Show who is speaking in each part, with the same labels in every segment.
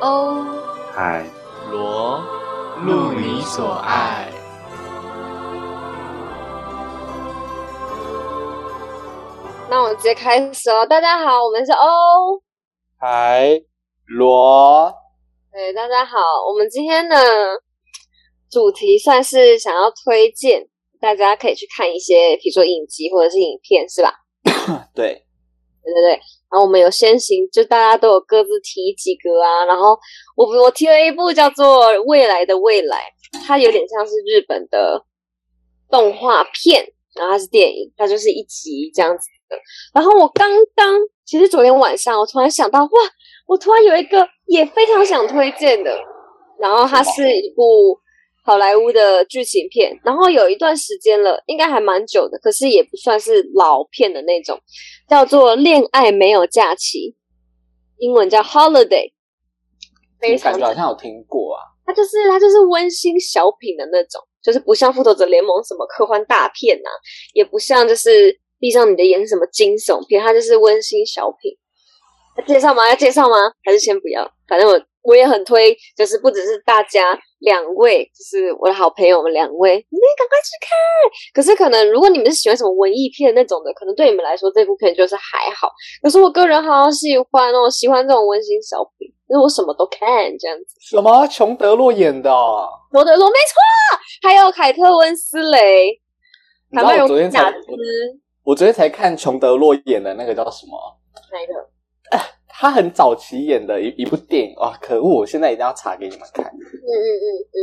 Speaker 1: 欧
Speaker 2: 海
Speaker 3: 罗
Speaker 4: 路你所爱。
Speaker 1: 那我们直接开始哦。大家好，我们是欧。
Speaker 2: 海螺
Speaker 1: 对，大家好，我们今天的主题算是想要推荐大家可以去看一些，比如说影集或者是影片，是吧？
Speaker 2: 对，
Speaker 1: 对对对。然后我们有先行，就大家都有各自提几个啊。然后我我提了一部叫做《未来的未来》，它有点像是日本的动画片，然后它是电影，它就是一集这样子的。然后我刚刚其实昨天晚上我突然想到，哇，我突然有一个也非常想推荐的，然后它是一部好莱坞的剧情片，然后有一段时间了，应该还蛮久的，可是也不算是老片的那种，叫做《恋爱没有假期》，英文叫 Holiday，非
Speaker 2: 我
Speaker 1: 常
Speaker 2: 感觉好像有听过啊。
Speaker 1: 它就是它就是温馨小品的那种，就是不像《复仇者联盟》什么科幻大片呐、也不像就是闭上你的眼什么惊悚片，它就是温馨小品。要介绍吗？要介绍吗？还是先不要？反正我我也很推，就是不只是大家两位，就是我的好朋友们两位，你们赶快去看。可是可能如果你们是喜欢什么文艺片那种的，可能对你们来说这部片就是还好。可是我个人好喜欢哦，喜欢这种温馨小品，就是我什么都看这样子。
Speaker 2: 什么？琼德洛演的、哦？
Speaker 1: 罗德罗，没错，还有凯特温斯雷、
Speaker 2: 你
Speaker 1: 卡
Speaker 2: 知
Speaker 1: 麦
Speaker 2: 道
Speaker 1: 隆
Speaker 2: 我昨
Speaker 1: ·
Speaker 2: 天才
Speaker 1: 贾斯
Speaker 2: 我我昨天才看琼德洛演的那个叫什么？
Speaker 1: 哪一个？
Speaker 2: 他很早期演的一一部电影啊，可恶！我现在一定要查给你们看。
Speaker 1: 嗯嗯嗯嗯，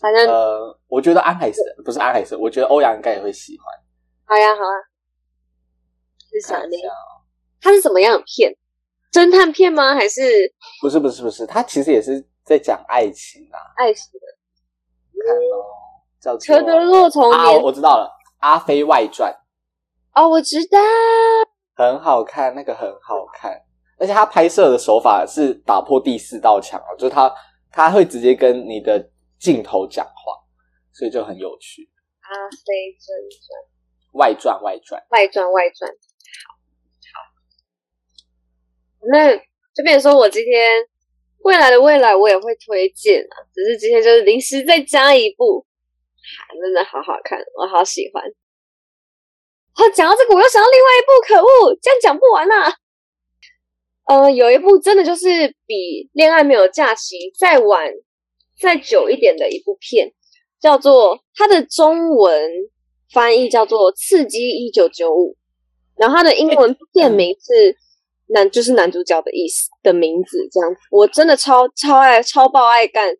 Speaker 1: 反正
Speaker 2: 呃，我觉得安海瑟不是安海瑟，我觉得欧阳应该也会喜欢。
Speaker 1: 好呀好呀，是啥
Speaker 2: 看
Speaker 1: 呢
Speaker 2: 一？下啊
Speaker 1: 它是什么样的片？侦探片吗？还是
Speaker 2: 不是不是不是，他其实也是在讲爱情啊。
Speaker 1: 爱情的？
Speaker 2: 看哦，叫做
Speaker 1: 裘德洛童
Speaker 2: 啊，我
Speaker 1: 年
Speaker 2: 我知道了，《阿飞外传》
Speaker 1: 哦，我知道，
Speaker 2: 很好看，那个很好看，而且他拍摄的手法是打破第四道墙啊，就是他他会直接跟你的镜头讲话，所以就很有趣。
Speaker 1: 阿啊飞正传
Speaker 2: 外传外传，
Speaker 1: 外传外传，好，好，那就变成说我今天未来的未来我也会推荐啊，只是今天就是临时再加一部，啊真的好好看，我好喜欢。好，讲到这个，我又想到另外一部，可恶，这样讲不完啦、呃，有一部真的就是比《恋爱没有假期》再晚、再久一点的一部片，叫做它的中文翻译叫做《刺激一九九五》，然后它的英文片名是男，就是男主角的意思的名字这样子。我真的超超爱超爆爱干，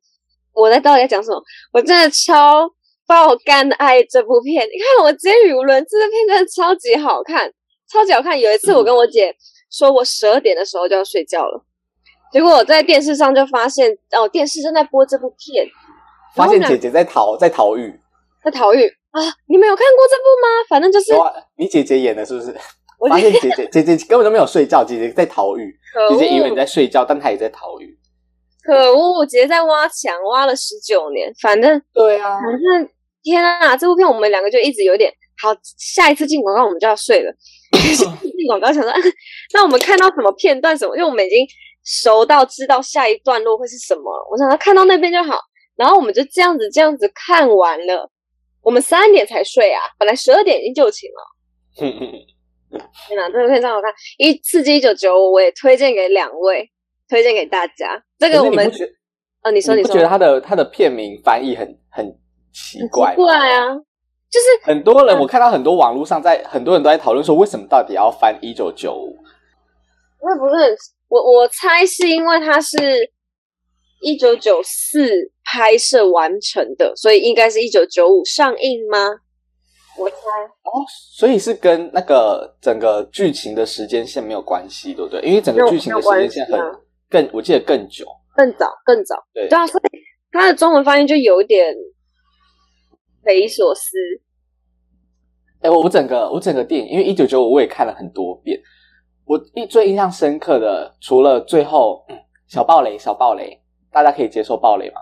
Speaker 1: 我在到底在讲什么？我真的超爆干爱这部片。你看我直接语无伦次，这片真的超级好看，超级好看。有一次我跟我姐说，我十二点的时候就要睡觉了。结果我在电视上就发现，哦，电视正在播这部片，然
Speaker 2: 发
Speaker 1: 后
Speaker 2: 现
Speaker 1: 呢
Speaker 2: 姐姐在逃在逃狱，
Speaker 1: 在逃狱啊！你们有看过这部吗？反正就是
Speaker 2: 哇，你姐姐演的是不是？
Speaker 1: 我哦
Speaker 2: 发现姐姐姐姐根本就没有睡觉，姐姐在逃狱，
Speaker 1: 可
Speaker 2: 姐姐以为
Speaker 1: 恶
Speaker 2: 你，在睡觉，但她也在逃狱。
Speaker 1: 可恶，姐姐在挖墙，挖了十九年。反正
Speaker 2: 对 啊，
Speaker 1: 反正天啊，这部片我们两个就一直有点好，下一次进广告我们就要睡了。 进广告想说， 啊那我们看到什么片段什么，因为我们已经熟到知道下一段落会是什么了。我想说看到那边就好，然后我们就这样子这样子看完了。我们三点才睡啊，本来十二点已经就寝了。天哪，这部片超好看！一刺激一九九五，我也推荐给两位，推荐给大家。这个我们
Speaker 2: 可是你不觉
Speaker 1: 哦，你说
Speaker 2: 你
Speaker 1: 你
Speaker 2: 不
Speaker 1: 说，
Speaker 2: 觉得他的他的片名翻译很很奇
Speaker 1: 很
Speaker 2: 怪
Speaker 1: 奇
Speaker 2: 吗？
Speaker 1: 怪啊，就是
Speaker 2: 很多
Speaker 1: 嗯
Speaker 2: 人，我看到很多网络上在很多人都在讨论说，为什么到底要翻一九九五？
Speaker 1: 我也不是很，我我猜是因为它是一九九四拍摄完成的，所以应该是一九九五上映吗？我猜
Speaker 2: 哦所以是跟那个整个剧情的时间线没有关系，对不对？因为整
Speaker 1: 没
Speaker 2: 个
Speaker 1: 有
Speaker 2: 剧情的时间线
Speaker 1: 没
Speaker 2: 很
Speaker 1: 有关系啊
Speaker 2: 更，我记得更久。
Speaker 1: 更早更早，
Speaker 2: 对
Speaker 1: 对啊，所以它的中文翻译就有一点匪夷所思。
Speaker 2: 哎，我我整个我整个电影，因为一九九五我也看了很多遍。我印最印象深刻的，除了最后、嗯小暴雷，小暴雷，大家可以接受暴雷吗？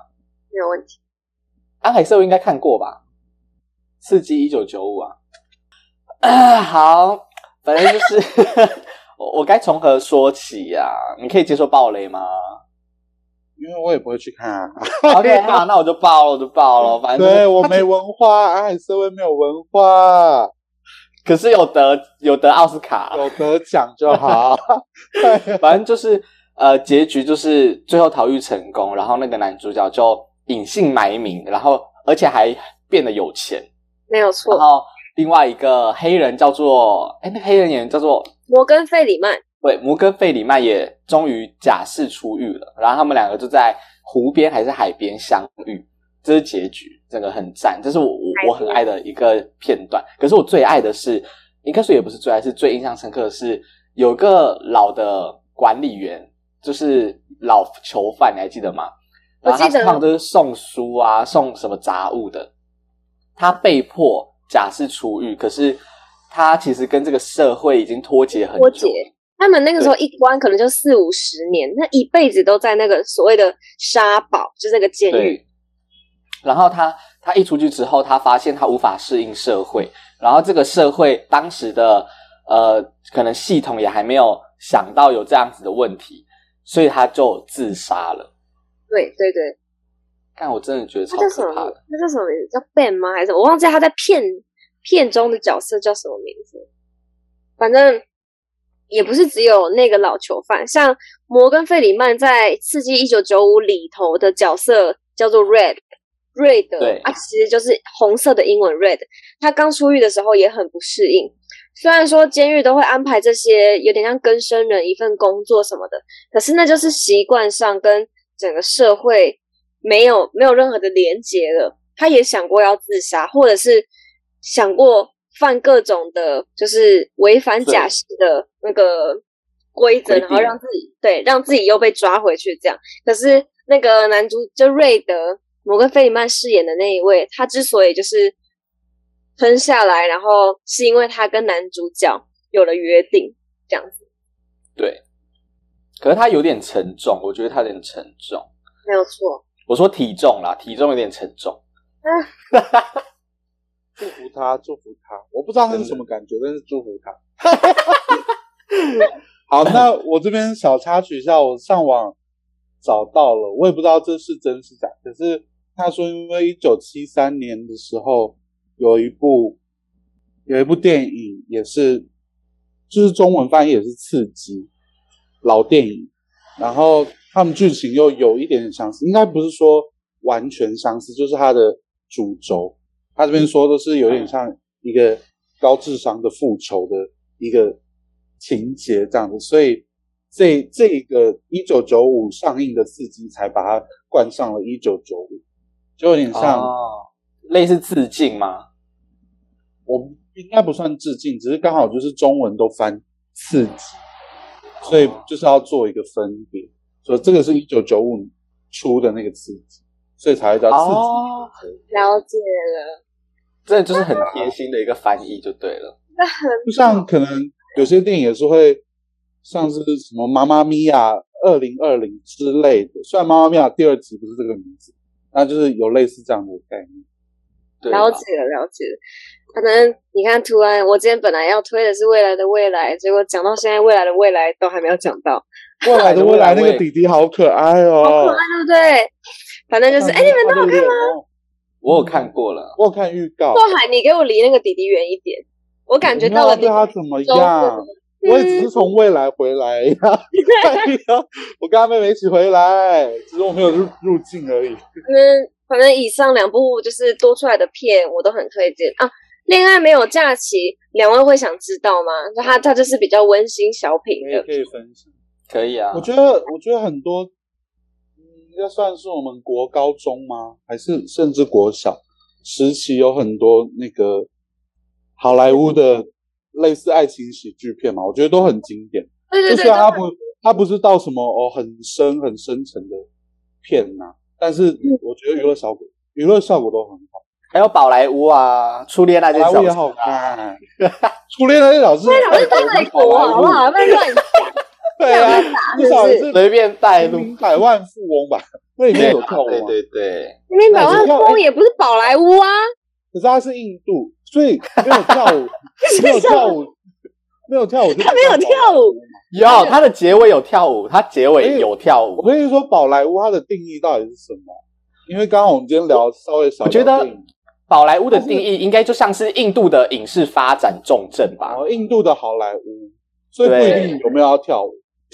Speaker 1: 没有问题，
Speaker 2: 安海瑟薇应该看过吧？刺激一九九五啊，啊好，反正就是，我 我该从何说起呀、你可以接受暴雷吗
Speaker 3: 因为我也不会去看啊。
Speaker 2: ？OK，好，那我就爆了，我就爆了，反正
Speaker 3: 对我没文化，爱社会没有文化，
Speaker 2: 可是有得有得奥斯卡，啊
Speaker 3: 有得奖就好。
Speaker 2: 反正就是呃，结局就是最后逃狱成功，然后那个男主角就隐姓埋名，然后而且还变得有钱，
Speaker 1: 没有
Speaker 2: 然
Speaker 1: 错。
Speaker 2: 后另外一个黑人叫做哎，那个黑人演员叫做
Speaker 1: 摩根费里曼，
Speaker 2: 对，摩根费里曼也终于假释出狱了，然后他们两个就在湖边还是海边相遇，这是结局，这个很赞，这是我我我很爱的一个片段。可是我最爱的是，应该说也不是最爱，是最印象深刻的是有个老的管理员，就是老囚犯，你还记得吗？
Speaker 1: 我
Speaker 2: 然后他
Speaker 1: 记得
Speaker 2: 通常都是送书啊，送什么杂物的。他被迫假释出狱，可是他其实跟这个社会已经脱节很久
Speaker 1: 脱
Speaker 2: 了。
Speaker 1: 节他们那个时候一关可能就四五十年，那一辈子都在那个所谓的沙堡，就是那个监狱。
Speaker 2: 对。然后他他一出去之后，他发现他无法适应社会，然后这个社会当时的呃，可能系统也还没有想到有这样子的问题，所以他就自杀了。
Speaker 1: 对对对，
Speaker 2: 但我真的觉得
Speaker 1: 他
Speaker 2: 超
Speaker 1: 叫什么
Speaker 2: 可怕的。？
Speaker 1: 他叫什么名字？叫 Ben 吗？还是什么？我忘记他在片片中的角色叫什么名字。反正也不是只有那个老囚犯，像摩根费里曼在《刺激一九九五》里头的角色叫做 Red。瑞德
Speaker 2: 对
Speaker 1: 啊，其实就是红色的英文 Red。他刚出狱的时候也很不适应，虽然说监狱都会安排这些有点像更生人一份工作什么的，可是那就是习惯上跟整个社会没有没有任何的连结了。他也想过要自杀，或者是想过犯各种的，就是违反假释的那个规则，
Speaker 2: 规
Speaker 1: 然
Speaker 2: 定
Speaker 1: 后让自己对让自己又被抓回去这样。可是那个男主就瑞德摩根费里曼饰演的那一位，他之所以就是吞下来，然后是因为他跟男主角有了约定，这样子
Speaker 2: 对，可是他有点沉重，我觉得他有点沉重。
Speaker 1: 没有错。
Speaker 2: 我说体重啦，体重有点沉重。
Speaker 3: 祝福他，祝福他。我不知道那是什么感觉，但是祝福他。 好，那我这边小插曲一下，我上网找到了，我也不知道这是真是假，可是他说，因为一九七三年的时候有一部有一部电影也是，就是中文翻译也是刺激老电影，然后他们剧情又有一点点相似，应该不是说完全相似，就是它的主轴。他这边说都是有点像一个高智商的复仇的一个情节这样子，所以这这个一九九五上映的刺激才把它冠上了一九九五，就有点像、
Speaker 2: 哦，类似致敬吗？
Speaker 3: 我们应该不算致敬，只是刚好就是中文都翻刺激，所以就是要做一个分别，所以这个是一九九五出的那个刺激，所以才会叫刺激。
Speaker 2: 哦，
Speaker 1: 了解了，
Speaker 2: 这就是很贴心的一个翻译就对了。
Speaker 1: 那很
Speaker 3: 就像可能有些电影也是会，像是什么《妈妈咪呀》二零二零之类的，虽然《妈妈咪呀》第二集不是这个名字，那就是有类似这样的概念。
Speaker 2: 对吧
Speaker 1: 了解了，了解了。可能你看，突然我今天本来要推的是未来的未来，结果讲到现在，未来的未来都还没有讲到，
Speaker 3: 未来的未
Speaker 2: 未
Speaker 3: 哎来
Speaker 2: 来的
Speaker 3: 那
Speaker 2: 未来
Speaker 3: 个弟弟好可爱
Speaker 1: 好
Speaker 3: 哦
Speaker 1: 可，爱，对不对？反正就是，哎、你们
Speaker 3: 都有看吗？
Speaker 2: 我有看过了，
Speaker 3: 我有看预告，
Speaker 1: 莫海，你给我离那个弟弟远一点，我感觉到
Speaker 3: 我
Speaker 1: 了
Speaker 3: 没有
Speaker 2: 啊
Speaker 3: 要对他怎么样，
Speaker 1: 嗯
Speaker 3: 我也只是从未来回来 呀。 哎呀我跟他妹妹一起回来，只是我没有入入境而已。
Speaker 1: 反正反正以上两部就是多出来的片，我都很推荐啊。恋爱没有假期，两位会想知道吗？就它它就是比较温馨小品
Speaker 3: 我
Speaker 1: 的
Speaker 3: 也，可以分享。
Speaker 2: 可以啊。
Speaker 3: 我觉得，我觉得很多，嗯，那算是我们国高中吗？还是甚至国小时期有很多那个好莱坞的类似爱情喜剧片嘛？我觉得都很经典。
Speaker 1: 对对
Speaker 3: 就
Speaker 1: 对
Speaker 3: 虽然它
Speaker 1: 对，
Speaker 3: 不，它不是到什么哦很深很深沉的片呐、但是
Speaker 1: 嗯
Speaker 3: 我觉得娱乐效果，娱乐效果都很好。
Speaker 2: 还有宝莱坞啊，《初恋那件
Speaker 3: 好
Speaker 2: 小啊
Speaker 3: 莱坞也
Speaker 2: 事
Speaker 3: 好》
Speaker 2: 嗯
Speaker 3: 看，初恋那些老师，初恋
Speaker 1: 老是都美国啊好不好？不然乱讲。
Speaker 3: 啊对啊，至少也是
Speaker 2: 随便带入，
Speaker 3: 名百万富翁吧？那里面有跳舞
Speaker 2: 嗯对
Speaker 3: 吗？
Speaker 2: 对对，
Speaker 1: 明明百万富翁也不是宝莱坞啊，
Speaker 3: 可是他是印度，所以没有跳舞，没有跳舞，没有跳舞就不叫
Speaker 1: 他没有
Speaker 3: 宝莱
Speaker 1: 跳舞
Speaker 3: 坞嘛。
Speaker 2: 有它的结尾有跳舞，它结尾有跳
Speaker 3: 我
Speaker 2: 舞。
Speaker 3: 跟你说，宝莱坞它的定义到底是什么？因为刚刚我们今天聊稍微少
Speaker 2: 我
Speaker 3: 聊
Speaker 2: 觉
Speaker 3: 电影，
Speaker 2: 得宝莱坞的定义应该就像是印度的影视发展重镇吧
Speaker 3: 然？后哦印度的好莱坞，所以不一定有没有要跳舞。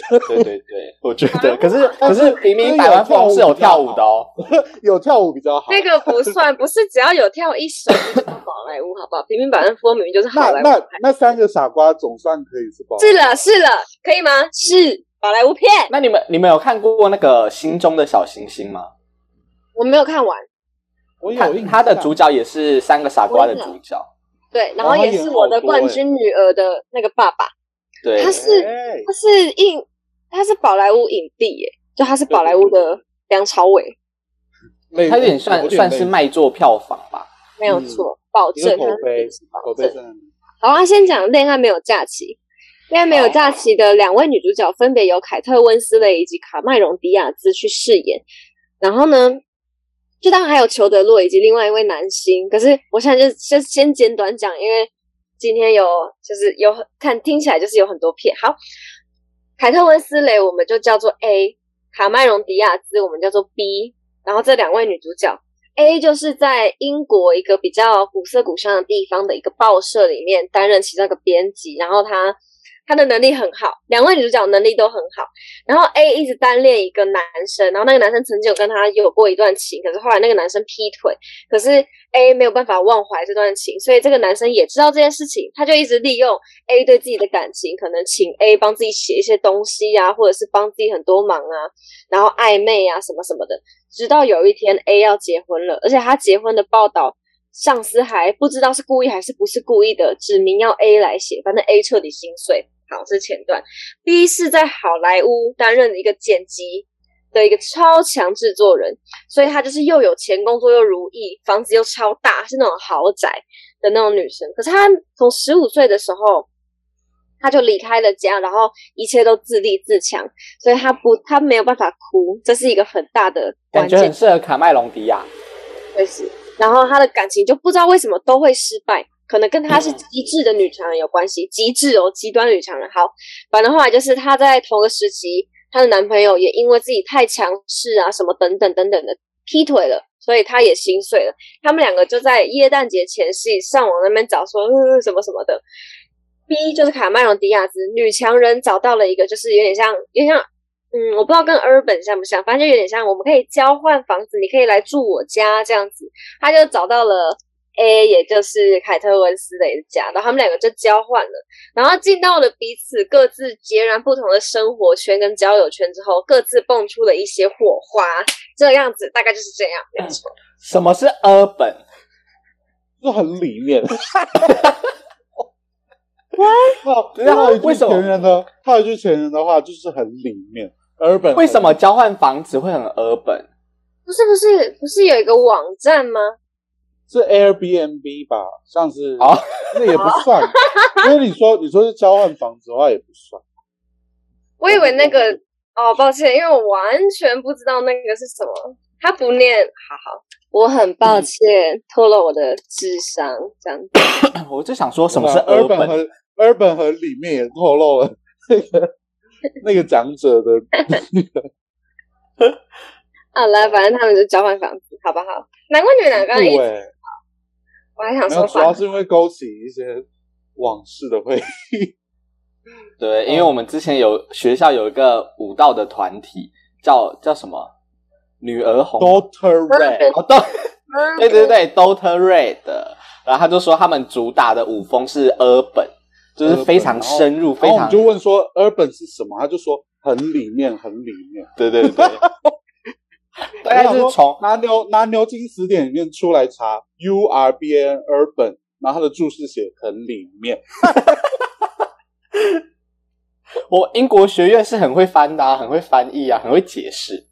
Speaker 2: 对对对，我觉得。
Speaker 1: 啊
Speaker 2: 可是
Speaker 3: 但
Speaker 2: 可
Speaker 3: 是
Speaker 2: 是平民百万富翁是有跳舞的哦。
Speaker 3: 有跳舞比较好。
Speaker 1: 那个不算，不是只要有跳一首就叫宝莱坞，好不好？平民百万富翁明明就是好
Speaker 3: 那
Speaker 1: 莱坞
Speaker 3: 那，那三个傻瓜总算可以是宝莱
Speaker 1: 是了是了，可以吗？是宝莱坞片，
Speaker 2: 那你们你们有看过那个《心中的小星星》吗？
Speaker 1: 我没有看完，
Speaker 3: 坞。我
Speaker 2: 他
Speaker 3: 有印象
Speaker 2: 他的主角也是三个傻瓜的主角，
Speaker 1: 对，然
Speaker 3: 哇
Speaker 1: 后
Speaker 3: 他
Speaker 1: 也
Speaker 3: 演
Speaker 1: 是
Speaker 3: 好
Speaker 1: 我的
Speaker 3: 多
Speaker 1: 冠
Speaker 3: 欸
Speaker 1: 军女儿的那个爸爸，
Speaker 2: 对
Speaker 1: 他，是
Speaker 3: 哎
Speaker 1: 他是影，他是宝莱坞影帝耶，就他是宝莱坞的梁朝伟，
Speaker 3: 类似
Speaker 2: 他有点算算是卖座票房吧。
Speaker 1: 没有错，保
Speaker 3: 嗯一个
Speaker 1: 证
Speaker 3: 口
Speaker 1: 他
Speaker 3: 碑
Speaker 1: 是保
Speaker 3: 口碑
Speaker 1: 证
Speaker 3: 真。的很
Speaker 1: 好，那先讲《恋爱没有假期》。《恋爱没有假期》的两位女主角分别由凯特·温斯雷以及卡麦隆·迪亚兹去饰演。然后呢，就当然还有裘德洛以及另外一位男星。可是我现在就先先简短讲，因为今天有就是有看听起来就是有很多片。好，凯特·温斯雷我们就叫做 A，卡麦隆·迪亚兹我们叫做 B。然后这两位女主角，A 就是在英国一个比较古色古香的地方的一个报社里面担任其中一个编辑，然后她她的能力很好，两位女主角能力都很好。然后 A 一直单恋一个男生，然后那个男生曾经有跟她有过一段情，可是后来那个男生劈腿，可是 A 没有办法忘怀这段情，所以这个男生也知道这件事情，他就一直利用 A 对自己的感情，可能请 A 帮自己写一些东西呀、或者是帮自己很多忙啊，然后暧昧啊什么什么的。直到有一天 A 要结婚了，而且他结婚的报道，上司还不知道是故意还是不是故意的，指明要 A 来写，反正 A 彻底心碎。好，这是前段。B 是在好莱坞担任一个剪辑的一个超强制作人，所以她就是又有钱，工作又如意，房子又超大，是那种豪宅的那种女生。可是她从十五岁的时候，她就离开了家，然后一切都自立自强，所以她不，她没有办法哭，这是一个很大的
Speaker 2: 感
Speaker 1: 关
Speaker 2: 觉
Speaker 1: 键
Speaker 2: 很适合卡麦隆迪亚，
Speaker 1: 确实。然后她的感情就不知道为什么都会失败，可能跟她是极致的女强人有关系，极致哦，极端女强人。好，反正后来就是她在同个时期，她的男朋友也因为自己太强势啊，什么等等等等的劈腿了，所以她也心碎了。他们两个就在耶诞节前夕上网那边找说，呃，什么什么的。B 就是卡麦隆迪亚兹，女强人找到了一个，就是有点像，有点像嗯，我不知道跟 Urban 像不像，反正就有点像，我们可以交换房子，你可以来住我家这样子。他就找到了 A，也就是凯特温斯雷的家，然后他们两个就交换了，然后进到了彼此各自截然不同的生活圈跟交友圈之后，各自蹦出了一些火花，这样子大概就是这样，没错。
Speaker 2: 什么是 urban？
Speaker 3: 就很里 面。套
Speaker 2: 等一下
Speaker 3: 套一
Speaker 2: 啊为
Speaker 3: 句
Speaker 2: 什么
Speaker 3: 前人的套一句前人的话，就是很里面。urban
Speaker 2: 为什么交换房子会很 urban？
Speaker 1: 不是不是不是有一个网站吗？
Speaker 3: 是 Airbnb 吧？像是
Speaker 2: 哦
Speaker 3: 那也不 算，因为你说你说是交换房子的话也不算。
Speaker 1: 我以为那个哦，抱歉，因为我完全不知道那个是什么。他不念，好好，我很抱
Speaker 2: 嗯
Speaker 1: 歉，透露我的智商这样子。
Speaker 2: 我就想说什么是
Speaker 3: 对啊 urban
Speaker 2: urban？
Speaker 3: 和 urban 和里面也透露了 那个那个讲者的
Speaker 1: 嗯好了，啊反正他们就交换房子，好不好？难怪你们两个刚刚一
Speaker 3: 对，
Speaker 1: 直，我还想
Speaker 3: 然
Speaker 1: 说
Speaker 3: 后主要
Speaker 1: 话，
Speaker 3: 是因为勾起一些往事的 回忆。
Speaker 2: 对，因为我们之前有学校有一个舞蹈的团体，叫叫什么？女儿红
Speaker 3: Daughter Red，
Speaker 2: 哦，对
Speaker 1: 嗯
Speaker 2: 对对对，Dota Red。然后他就说他们主打的舞风是 urban，就是非常深入，
Speaker 3: 然
Speaker 2: 非
Speaker 3: 后我们
Speaker 2: 常
Speaker 3: 就问说 urban 是什么，他就说很里面，很里面。
Speaker 2: 对对对，大概是
Speaker 3: 我
Speaker 2: 从
Speaker 3: 想说拿牛拿牛津词典里面出来查 U R B N urban，然后它的注释写很里面，
Speaker 2: 我英国学院是很会翻的、啊，很会翻译啊，很会解释。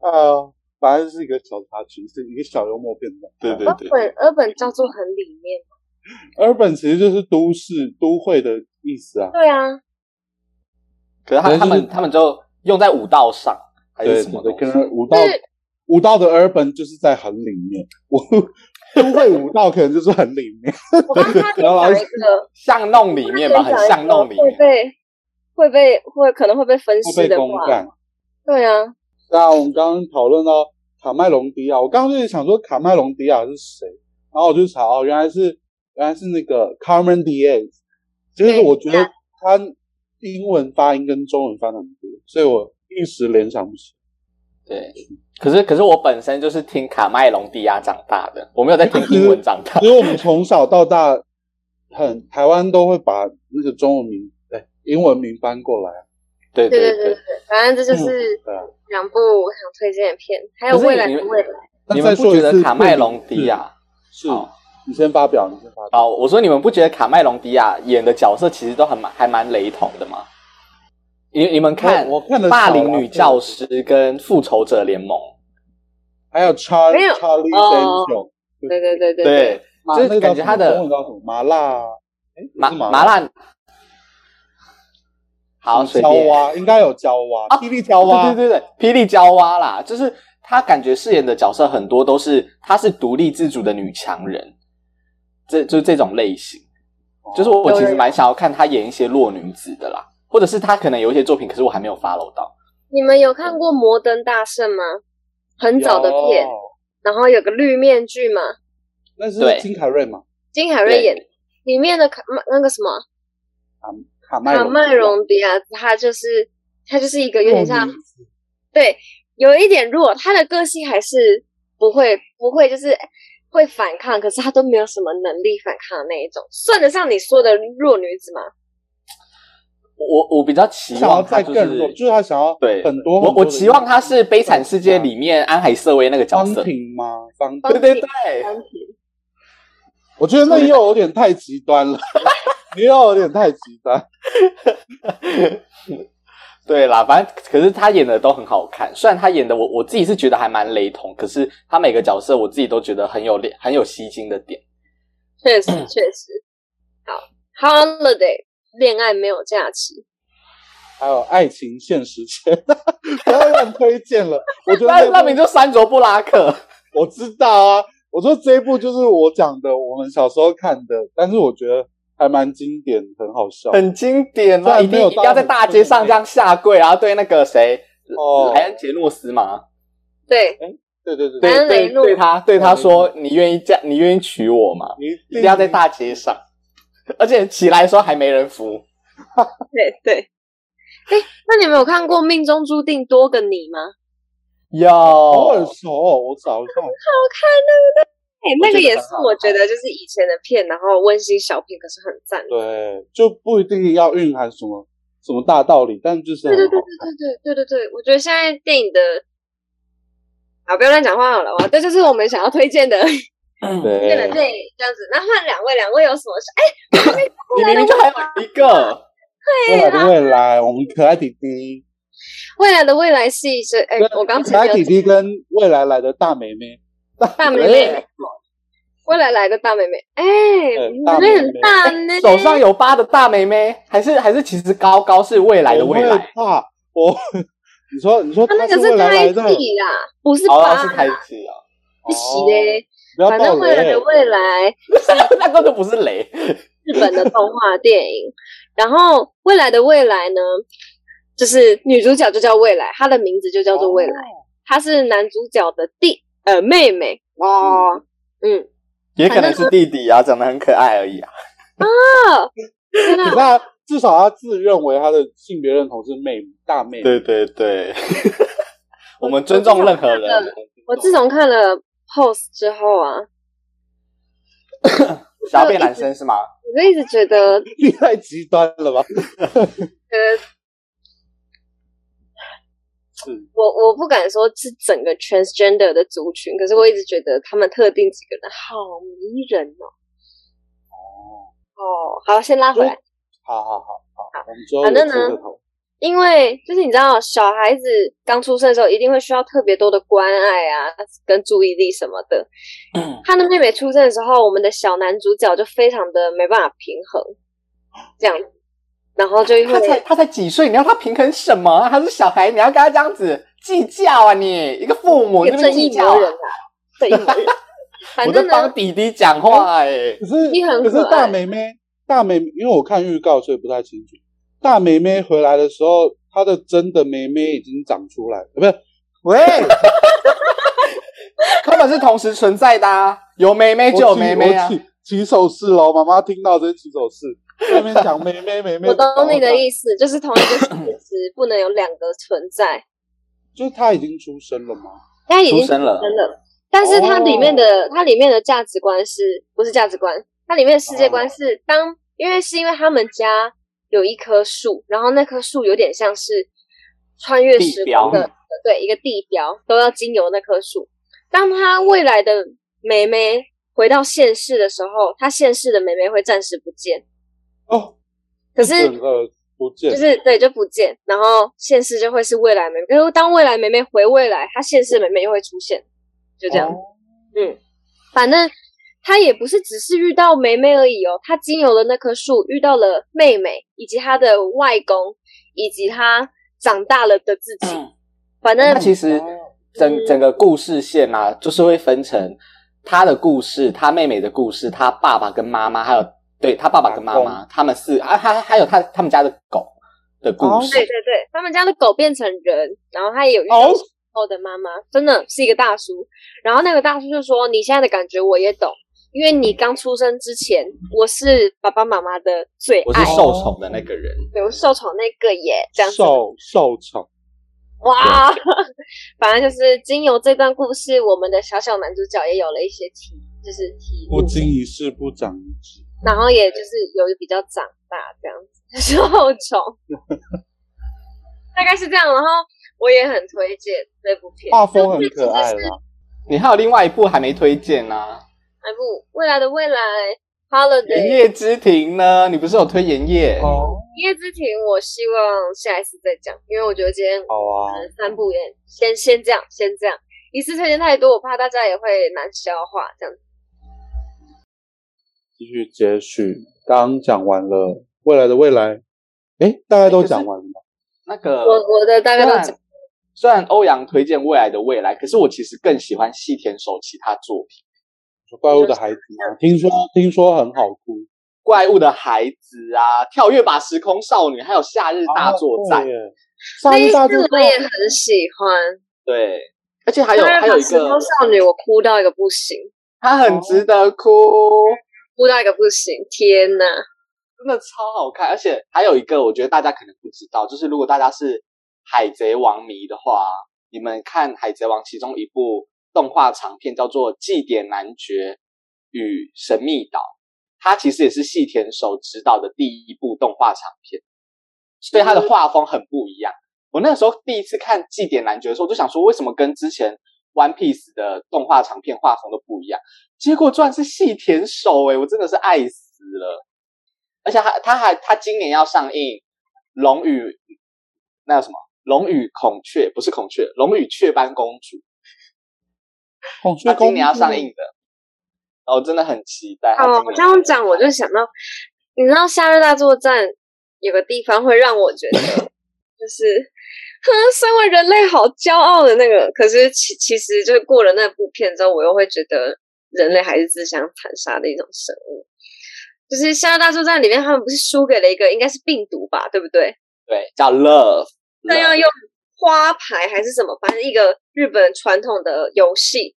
Speaker 3: 呃，反正是一个小插曲，是一个小幽默片段。嗯
Speaker 2: 对对对，
Speaker 1: urban urban 叫做很里面。
Speaker 3: ，urban 其实就是都市都会的意思啊。
Speaker 1: 对啊，
Speaker 2: 可是他他
Speaker 3: 可能就
Speaker 2: 们
Speaker 3: 是
Speaker 2: 他们就用在武道上还
Speaker 3: 对
Speaker 2: 是什么
Speaker 3: 对，
Speaker 2: 东
Speaker 3: 可
Speaker 2: 西？
Speaker 3: 能武道
Speaker 1: 就是
Speaker 3: 武道的 urban 就是在很里面，我 都会武道可能就是很里 面，
Speaker 1: 我刚刚差点讲一个，
Speaker 2: 巷弄里面吧，很巷弄里
Speaker 1: 会
Speaker 2: 面。
Speaker 1: 被会被会可能会被分
Speaker 3: 会
Speaker 1: 尸
Speaker 3: 被
Speaker 1: 的
Speaker 3: 公干
Speaker 1: 话，。对啊，
Speaker 3: 那我们刚刚讨论到卡麦隆迪亚，我刚刚就是想说卡麦隆迪亚是谁，然后我就查哦，原来是原来是那个 Carmen Diaz，就是我觉得他英文发音跟中文翻得很多，所以我一时联想不起。
Speaker 2: 对，可是可是我本身就是听卡麦隆迪亚长大的，我没有在听英文长大
Speaker 3: 因。为我们从小到大，很台湾都会把那个中文名对英文名翻过来，
Speaker 2: 对
Speaker 1: 对对
Speaker 2: 对嗯
Speaker 1: 对对，对反正这就是
Speaker 3: 对啊。
Speaker 1: 两部我想推荐的片，还有
Speaker 2: 可是
Speaker 1: 未来
Speaker 2: 你
Speaker 1: 的
Speaker 2: 们
Speaker 1: 未来，
Speaker 3: 那
Speaker 2: 你
Speaker 3: 再
Speaker 2: 们
Speaker 3: 说
Speaker 2: 不觉
Speaker 3: 一次嗯
Speaker 2: 得卡麦隆啊迪亚？
Speaker 3: 是？
Speaker 2: 好
Speaker 3: 你先发表，你先发表。
Speaker 2: 好，我说你们不觉得卡麦隆迪亚演的角色其实都很蛮还蛮雷同的吗？你你们看，
Speaker 3: 我我看得
Speaker 2: 霸
Speaker 3: 少啊
Speaker 2: 凌
Speaker 3: 啦
Speaker 2: 女教师》跟《复仇者联盟》，
Speaker 3: 还有 Char
Speaker 1: 没有
Speaker 3: Charlie
Speaker 1: 哦
Speaker 3: Daniel，
Speaker 1: 对对对对对，
Speaker 2: 对，就是
Speaker 3: 那个叫
Speaker 2: 感觉
Speaker 3: 什么
Speaker 2: 他的
Speaker 3: 中文叫什么麻辣，哎，不
Speaker 2: 麻
Speaker 3: 是
Speaker 2: 麻辣，好随
Speaker 3: 椒
Speaker 2: 便
Speaker 3: 蛙，嗯应该有椒蛙，
Speaker 1: 哦
Speaker 2: 啊
Speaker 3: 霹雳椒蛙，
Speaker 2: 对对对，霹雳娇娃啦，就是她感觉饰演的角色很多都是她是独立自主的女强人，这就是这种类型。
Speaker 3: 哦
Speaker 2: 就是我其实蛮想要看她演一些弱女子的啦，或者是她可能有一些作品，可是我还没有 follow 到。
Speaker 1: 你们有看过《摩登大圣》吗？很早的片
Speaker 3: 有，，
Speaker 1: 然后有个绿面具嘛，
Speaker 3: 那是
Speaker 2: 对
Speaker 3: 金凯瑞嘛，
Speaker 1: 金凯瑞
Speaker 2: 对
Speaker 1: 演的，里面的卡那个什么
Speaker 3: 卡麦
Speaker 1: 卡
Speaker 3: 隆，
Speaker 1: 麦隆迪亚，他就是他就是一个有点像
Speaker 3: 莫名
Speaker 1: 对，有一点弱，他的个性还是不会不会就是会反抗，可是他都没有什么能力反抗的那一种，算得上你说的弱女子吗？
Speaker 2: 我我比较期
Speaker 3: 想要
Speaker 2: 望
Speaker 3: 再
Speaker 2: 她就
Speaker 3: 更弱，
Speaker 2: 是
Speaker 3: 就是他想要
Speaker 2: 对
Speaker 3: 很多，
Speaker 2: 我
Speaker 3: 很多
Speaker 2: 我
Speaker 3: 的
Speaker 2: 期望她是《悲惨世界》里面安海瑟薇那个角
Speaker 3: 方
Speaker 2: 色。
Speaker 3: 婷吗？方
Speaker 1: 方
Speaker 2: 对
Speaker 1: 婷
Speaker 2: 对
Speaker 3: 婷，
Speaker 2: 对，
Speaker 3: 我觉得那又有点太极端了， 你又有点太极端，
Speaker 2: 对啦，反正可是他演的都很好看，虽然他演的我我自己是觉得还蛮雷同，可是他每个角色我自己都觉得很有很有吸睛的点。
Speaker 1: 确实确实。好，Holiday 恋爱没有假期，
Speaker 3: 还有爱情现实圈，不要乱推荐了，我觉得
Speaker 2: 那
Speaker 3: 那
Speaker 2: 那
Speaker 3: 部
Speaker 2: 名就山卓布拉克，
Speaker 3: 我知道啊，我说这一部就是我讲的，我们小时候看的，但是我觉得还蛮经典，很好笑。
Speaker 2: 很经典
Speaker 3: 虽
Speaker 2: 啊，
Speaker 3: 然
Speaker 2: 一定
Speaker 3: 没有
Speaker 2: 一定要
Speaker 3: 到
Speaker 2: 在大街上这样下跪，然后对那个谁，
Speaker 3: 哦
Speaker 2: 莱恩杰诺斯嘛，
Speaker 1: 对，
Speaker 3: 对对对
Speaker 2: 对
Speaker 1: 莱恩
Speaker 2: 对
Speaker 1: 雷诺
Speaker 2: 对他对他说你愿意嫁你愿意娶我吗？
Speaker 3: 你一
Speaker 2: 一定要在大街上，而且起来的时候还没人扶。
Speaker 1: 对对。哎，那你们有看过《命中注定多个你》吗？
Speaker 2: 有
Speaker 3: 好耳熟哦，我找一下。
Speaker 1: 好看，对不对？哎，那个
Speaker 2: 我觉得
Speaker 1: 也
Speaker 2: 很
Speaker 1: 是
Speaker 2: 好
Speaker 1: 我觉得就是以前的片，然后温馨小品，可是很赞。
Speaker 3: 对，就不一定要蕴含什么什么大道理，但就是很
Speaker 1: 对对
Speaker 3: 好
Speaker 1: 对
Speaker 3: 看。
Speaker 1: 对对对对对，我觉得现在电影的啊，不要乱讲话好了，哇，这就是我们想要推荐的
Speaker 2: 嗯
Speaker 1: 推荐的
Speaker 3: 对，
Speaker 1: 电影这样子。那换两位，两位有什么想？哎，
Speaker 2: 你明明就还有一个，
Speaker 3: 未来的未来，我们可爱弟弟，
Speaker 1: 未来的未来是一些哎，我刚
Speaker 3: 可
Speaker 1: 才
Speaker 3: 爱弟弟跟未来来的大妹妹，
Speaker 1: 大妹妹
Speaker 2: 对，
Speaker 1: 未来来个大妹妹，哎，你
Speaker 3: 大妹
Speaker 1: 妹
Speaker 3: 妹
Speaker 1: 很大呢，
Speaker 2: 手上有疤的大妹妹，还是还是其实高高是未来的
Speaker 3: 我
Speaker 2: 未
Speaker 3: 会
Speaker 2: 来，
Speaker 3: 怕我。你说你说
Speaker 1: 他那
Speaker 3: 他
Speaker 1: 个
Speaker 3: 未
Speaker 1: 是
Speaker 3: 来
Speaker 1: 胎
Speaker 3: 来的，
Speaker 1: 记啦，不是啊
Speaker 2: 哦
Speaker 1: 吧？
Speaker 2: 是胎记哦，
Speaker 1: 不行
Speaker 3: 哦
Speaker 1: 嘞，
Speaker 3: 不要
Speaker 1: 反
Speaker 3: 暴
Speaker 1: 正未来
Speaker 3: 雷
Speaker 1: 的。未来
Speaker 2: 那根本不是 雷，
Speaker 1: 日本的动画电影。然后《未来的未来》呢，就是女主角就叫未来，她的名字就叫做未来，她是男主角的弟呃妹妹哦，嗯，
Speaker 2: 也可能是弟弟啊，长得很可爱而已啊。
Speaker 1: 真的
Speaker 3: 可是他至少他自认为他的性别认同是妹大妹，
Speaker 2: 对对 对，我们尊重任何人。
Speaker 1: 我自从看了 Pose 之后啊，
Speaker 2: 想要变男生是吗？
Speaker 1: 我就一直觉得
Speaker 3: 你太极端了吧？
Speaker 1: 呃，我我不敢说是整个 transgender 的族群，可是我一直觉得他们特定几个人好迷人哦。哦，好，先拉回来，
Speaker 3: 好好好好，我们之后
Speaker 1: 反正呢
Speaker 3: 有这个头
Speaker 1: 因为就是你知道，小孩子刚出生的时候一定会需要特别多的关爱啊，跟注意力什么的。他的妹妹出生的时候，我们的小男主角就非常的没办法平衡，这样子，然后就
Speaker 2: 他
Speaker 1: 会
Speaker 2: 才他才几岁，你要他平衡什么啊？他是小孩，你要跟他这样子计较啊你？一个父母
Speaker 1: 一
Speaker 2: 你
Speaker 1: 个
Speaker 2: 这
Speaker 1: 正
Speaker 2: 边
Speaker 1: 义
Speaker 2: 计较
Speaker 1: 魔
Speaker 2: 啊
Speaker 1: 人啊，正义魔人。反
Speaker 2: 我在
Speaker 1: 正呢
Speaker 2: 帮，弟弟讲话哎、
Speaker 3: 可是
Speaker 1: 你很可
Speaker 3: 可
Speaker 1: 爱
Speaker 3: 是大妹妹大妹，因为我看预告所以不太清楚。大妹妹回来的时候，她的真的妹妹已经长出来了，呃不是？
Speaker 2: 喂， 他们是同时存在的、啊，有妹妹就有妹妹啊
Speaker 3: 我起。我起起手势喽，妈妈听到这起手势，在那边讲妹妹妹妹。
Speaker 1: 我懂你的
Speaker 3: 思，
Speaker 1: 意思，就是同一个事 实不能有两个存在，
Speaker 3: 就是她已经出生了吗？
Speaker 1: 但已经
Speaker 2: 出生了
Speaker 1: 真的。但是它里面的、它里面的价值观是不是价值观？它里面的世界观是当因为是因为他们家有一棵树，然后那棵树有点像是穿越时空
Speaker 2: 地
Speaker 1: 的，对，一个地标都要经由那棵树。当他未来的妹妹回到现世的时候，他现世的妹妹会暂时不见，
Speaker 3: 哦，
Speaker 1: 可是
Speaker 3: 整个不见，
Speaker 1: 就是对就不见，然后现世就会是未来妹妹。可是当未来妹妹回未来，她现世的妹妹又会出现，就这样。
Speaker 3: 哦
Speaker 1: 嗯，反正他也不是只是遇到梅梅而已哦，他经由了那棵树，遇到了妹妹，以及他的外公，以及他长大了的自己。反正
Speaker 2: 那其实
Speaker 1: 嗯
Speaker 2: 整整个故事线啊，就是会分成他的故事、他妹妹的故事、他爸爸跟妈妈，还有对他爸爸跟妈
Speaker 3: 阿
Speaker 2: 妈，他们四啊，他还有他他们家的狗的故事。
Speaker 1: 哦对对对，他们家的狗变成人，然后他也有遇到
Speaker 3: 哦
Speaker 1: 小时候的妈妈，真的是一个大叔。然后那个大叔就说：“你现在的感觉我也懂，因为你刚出生之前，我是爸爸妈妈的最
Speaker 2: 我是
Speaker 1: 爱，
Speaker 2: 受宠的那个人，
Speaker 1: 对我是受宠那个耶，这样子。”
Speaker 3: 受受宠，
Speaker 1: 哇， 反正就是经由这段故事，我们的小小男主角也有了一些体，就是体悟
Speaker 3: 不，经一事不长一智。
Speaker 1: 然后也就是有比较长大这样子，受 宠，大概是这样。然后我也很推荐这部片，
Speaker 3: 画风很可爱
Speaker 1: 这部片其实是
Speaker 3: 啦，
Speaker 2: 你还有另外一部还没推荐呢、啊，
Speaker 1: 哪一部《未来的未来
Speaker 2: 《炎
Speaker 3: 哎
Speaker 1: ？Holiday》
Speaker 2: 夜之庭》呢？你不是有推《炎夜》？
Speaker 3: 哦，
Speaker 1: 一夜之庭，我希望下一次再讲，因为我觉得今天哦
Speaker 3: 好啊，
Speaker 1: 可能三部也先先这样，先这样，一次推荐太多，我怕大家也会难消化这样子。
Speaker 3: 继续接续。刚讲完了未来的未来，诶，大概都讲完了吗？
Speaker 2: 那个
Speaker 1: 我我的大概
Speaker 2: 虽
Speaker 1: 都
Speaker 2: 然
Speaker 3: 啊
Speaker 1: 讲。
Speaker 2: 虽然欧阳推荐《未来的未来》，可是我其实更喜欢细田守其他作品，
Speaker 3: 怪物的孩子吗？听说听说很好哭，
Speaker 2: 《怪物的孩子》啊，《跳跃吧时空少女》，还有《夏日大作战》
Speaker 3: 啊对耶
Speaker 1: 那
Speaker 3: 夏
Speaker 1: 一
Speaker 3: 日大
Speaker 1: 次
Speaker 3: 作
Speaker 1: 我也
Speaker 3: 战，
Speaker 1: 很喜欢，
Speaker 2: 对，而且还有
Speaker 1: 当然
Speaker 2: 还有一
Speaker 1: 时
Speaker 2: 个
Speaker 1: 空，少女，我哭到一个不行，
Speaker 2: 它很值得哭，
Speaker 1: 哭到一个不行，天呐！
Speaker 2: 真的超好看。而且还有一个，我觉得大家可能不知道，就是如果大家是海贼王迷的话，你们看《海贼王》其中一部动画长片叫做《祭典男爵与神秘岛》，它其实也是细田守执导的第一部动画长片，所以它的画风很不一样。我那个时候第一次看《祭典男爵》的时候，我就想说，为什么跟之前《One Piece》的动画长片画风都不一样？结果居然是细田守，欸诶，我真的是爱死了！而且他他还他今年要上映《龙与》那叫什么？龙与孔雀不是孔雀，龙与雀斑公主，
Speaker 3: 孔
Speaker 2: 它
Speaker 3: 雀
Speaker 2: 今
Speaker 3: 哦公
Speaker 2: 年要上映
Speaker 3: 主，
Speaker 2: 的，哦，真的很期待。它今
Speaker 1: 哦
Speaker 2: 年，
Speaker 1: 这样讲我就想到，你知道《夏日大作战》有个地方会让我觉得，就是，哼，身为人类好骄傲的那个，可是其其实就是过了那部片之后，我又会觉得人类还是自相残杀的一种生物。就是《夏日大作战》里面，他们不是输给了一个应该是病毒吧，对不对？
Speaker 2: 对叫 Love，
Speaker 1: 那要
Speaker 2: Love
Speaker 1: 用花牌还是什么？反正一个日本传统的游戏，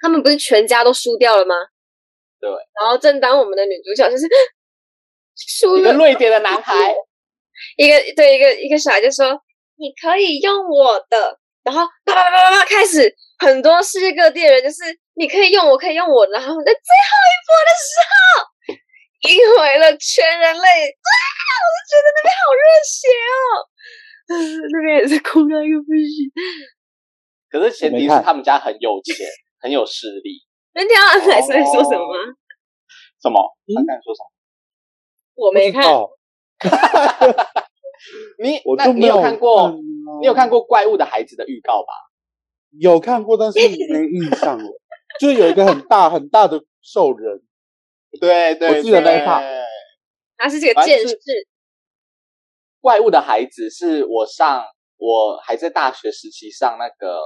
Speaker 1: 他们不是全家都输掉了吗？
Speaker 2: 对
Speaker 1: 然后正当我们的女主角就是 输
Speaker 2: 一个
Speaker 1: 了
Speaker 2: 瑞典的男孩，
Speaker 3: 嗯
Speaker 1: 一个对一个一个小孩就说：“你可以用我的。”然后叭叭叭叭叭开始，很多世界各地的人就是你可以用我，可以用我。然后在最后一波的时候，赢回了全人类，啊！我就觉得那边好热血哦，那边也是哭到一个不行。
Speaker 2: 可是前提
Speaker 3: 没
Speaker 2: 是
Speaker 3: 看
Speaker 2: 他们家很有 钱，很有势力。
Speaker 1: 那天安奶是在说什么啊吗？
Speaker 2: 什么？他刚才说什么？
Speaker 1: 我没看，
Speaker 3: 哦，
Speaker 2: 你
Speaker 3: 我
Speaker 2: 那
Speaker 3: 就
Speaker 2: 你
Speaker 3: 没啊
Speaker 2: 有看过？你有看
Speaker 3: 过？
Speaker 2: 过《怪物的孩子》的预告吧？
Speaker 3: 有看过，但是没印象了。 就是有一个很大很大的兽人，
Speaker 2: 对对，
Speaker 3: 我记得那一
Speaker 2: 对
Speaker 3: 趴
Speaker 1: 他是这个
Speaker 2: 反正
Speaker 1: 剑
Speaker 2: 就是
Speaker 1: 士，
Speaker 2: 怪物的孩子是我上我还在大学时期上那个